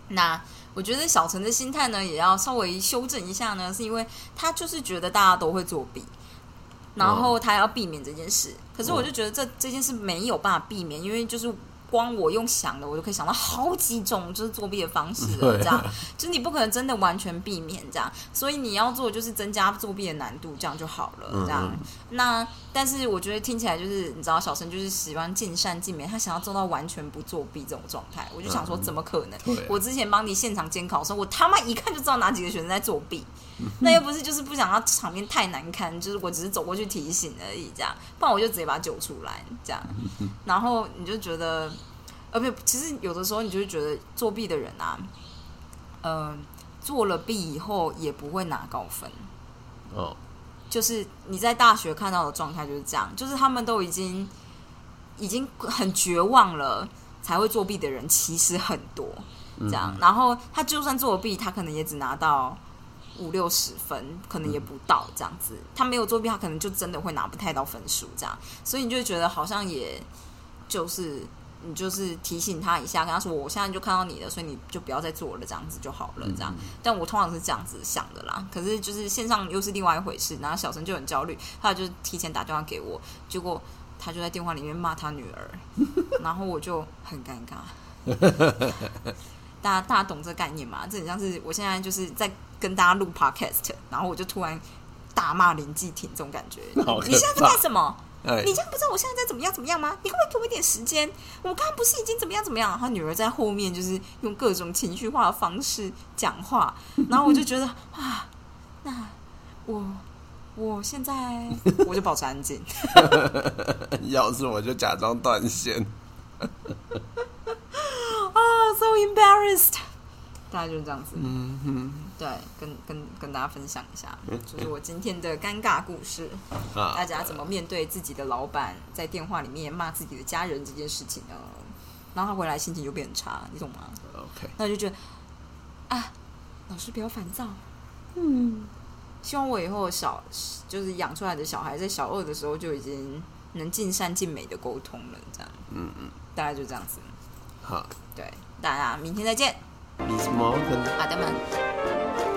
[SPEAKER 1] 那我觉得小陈的心态呢，也要稍微修正一下呢，是因为他就是觉得大家都会作弊，然后他要避免这件事。可是我
[SPEAKER 2] 嗯
[SPEAKER 1] 就觉得这这件事没有办法避免，因为就是光我用想的，我就可以想到好几种就是作弊的方式了，
[SPEAKER 2] 对啊
[SPEAKER 1] 这样就是你不可能真的完全避免这样，所以你要做就是增加作弊的难度，这样就好了，
[SPEAKER 2] 嗯
[SPEAKER 1] 这样。
[SPEAKER 2] 嗯
[SPEAKER 1] 那但是我觉得听起来就是你知道，小陈就是喜欢尽善尽美，他想要做到完全不作弊这种状态，我就想说
[SPEAKER 2] 嗯
[SPEAKER 1] 怎么可能？
[SPEAKER 2] 对啊
[SPEAKER 1] 我之前帮你现场监考的时候，我他妈一看就知道哪几个学生在作 弊，那又不是就是不想要场面太难堪，就是我只是走过去提醒而已，这样，不然我就直接把他揪出来，这 样，然后你就觉得，呃，不，其实有的时候你就会觉得作弊的人啊，呃，做了弊以后也不会拿高分，
[SPEAKER 2] 哦，
[SPEAKER 1] 就是你在大学看到的状态就是这样，就是他们都已经已经很绝望了，才会作弊的人其实很多，
[SPEAKER 2] 嗯
[SPEAKER 1] 这样。然后他就算作弊，他可能也只拿到五六十分，可能也不到这样子。他没有作弊，他可能就真的会拿不太到分数这样。所以你就会觉得好像也就是你就是提醒他一下，跟他说我现在就看到你了，所以你就不要再做了，这样子就好了，这
[SPEAKER 2] 嗯
[SPEAKER 1] 样。但我通常是这样子想的啦。可是就是线上又是另外一回事，然后小陈就很焦虑，他就提前打电话给我，结果他就在电话里面骂他女 儿，然后我就很尴尬。大家大家懂这概念吗？这很像是我现在就是在跟大家录 podcast，然后我就突然大骂林继廷这种感觉。
[SPEAKER 2] 好可
[SPEAKER 1] 你现在在
[SPEAKER 2] 怕
[SPEAKER 1] 干什么？
[SPEAKER 2] 哎
[SPEAKER 1] 你，这样不知道我现在在怎么样怎么样吗？你可不可以给我一点时间？我刚刚不是已经怎么样怎么样？他女儿在后面就是用各种情绪化的方式讲话，然后我就觉得啊，那我我现在我就保持安静。
[SPEAKER 2] 要是我就假装断线。
[SPEAKER 1] 啊、s o embarrassed。大概就是这样子，
[SPEAKER 2] 嗯哼。
[SPEAKER 1] 对，跟跟跟大家分享一下，就是我今天的尴尬故事，
[SPEAKER 2] 嗯啊
[SPEAKER 1] 大家怎么面对自己的老板在电话里面骂自己的家人这件事情呢？然后他回来心情就变很差，你懂吗？
[SPEAKER 2] ？OK，
[SPEAKER 1] 那我就觉得啊，老师不要烦躁，嗯，希望我以后小就是养出来的小孩在小二的时候就已经能尽善尽美的沟通了，这样，
[SPEAKER 2] 嗯
[SPEAKER 1] 嗯，大概就这样子，
[SPEAKER 2] 好
[SPEAKER 1] 对，大家明天再见，
[SPEAKER 2] ，Miss Morgan。
[SPEAKER 1] 阿德们。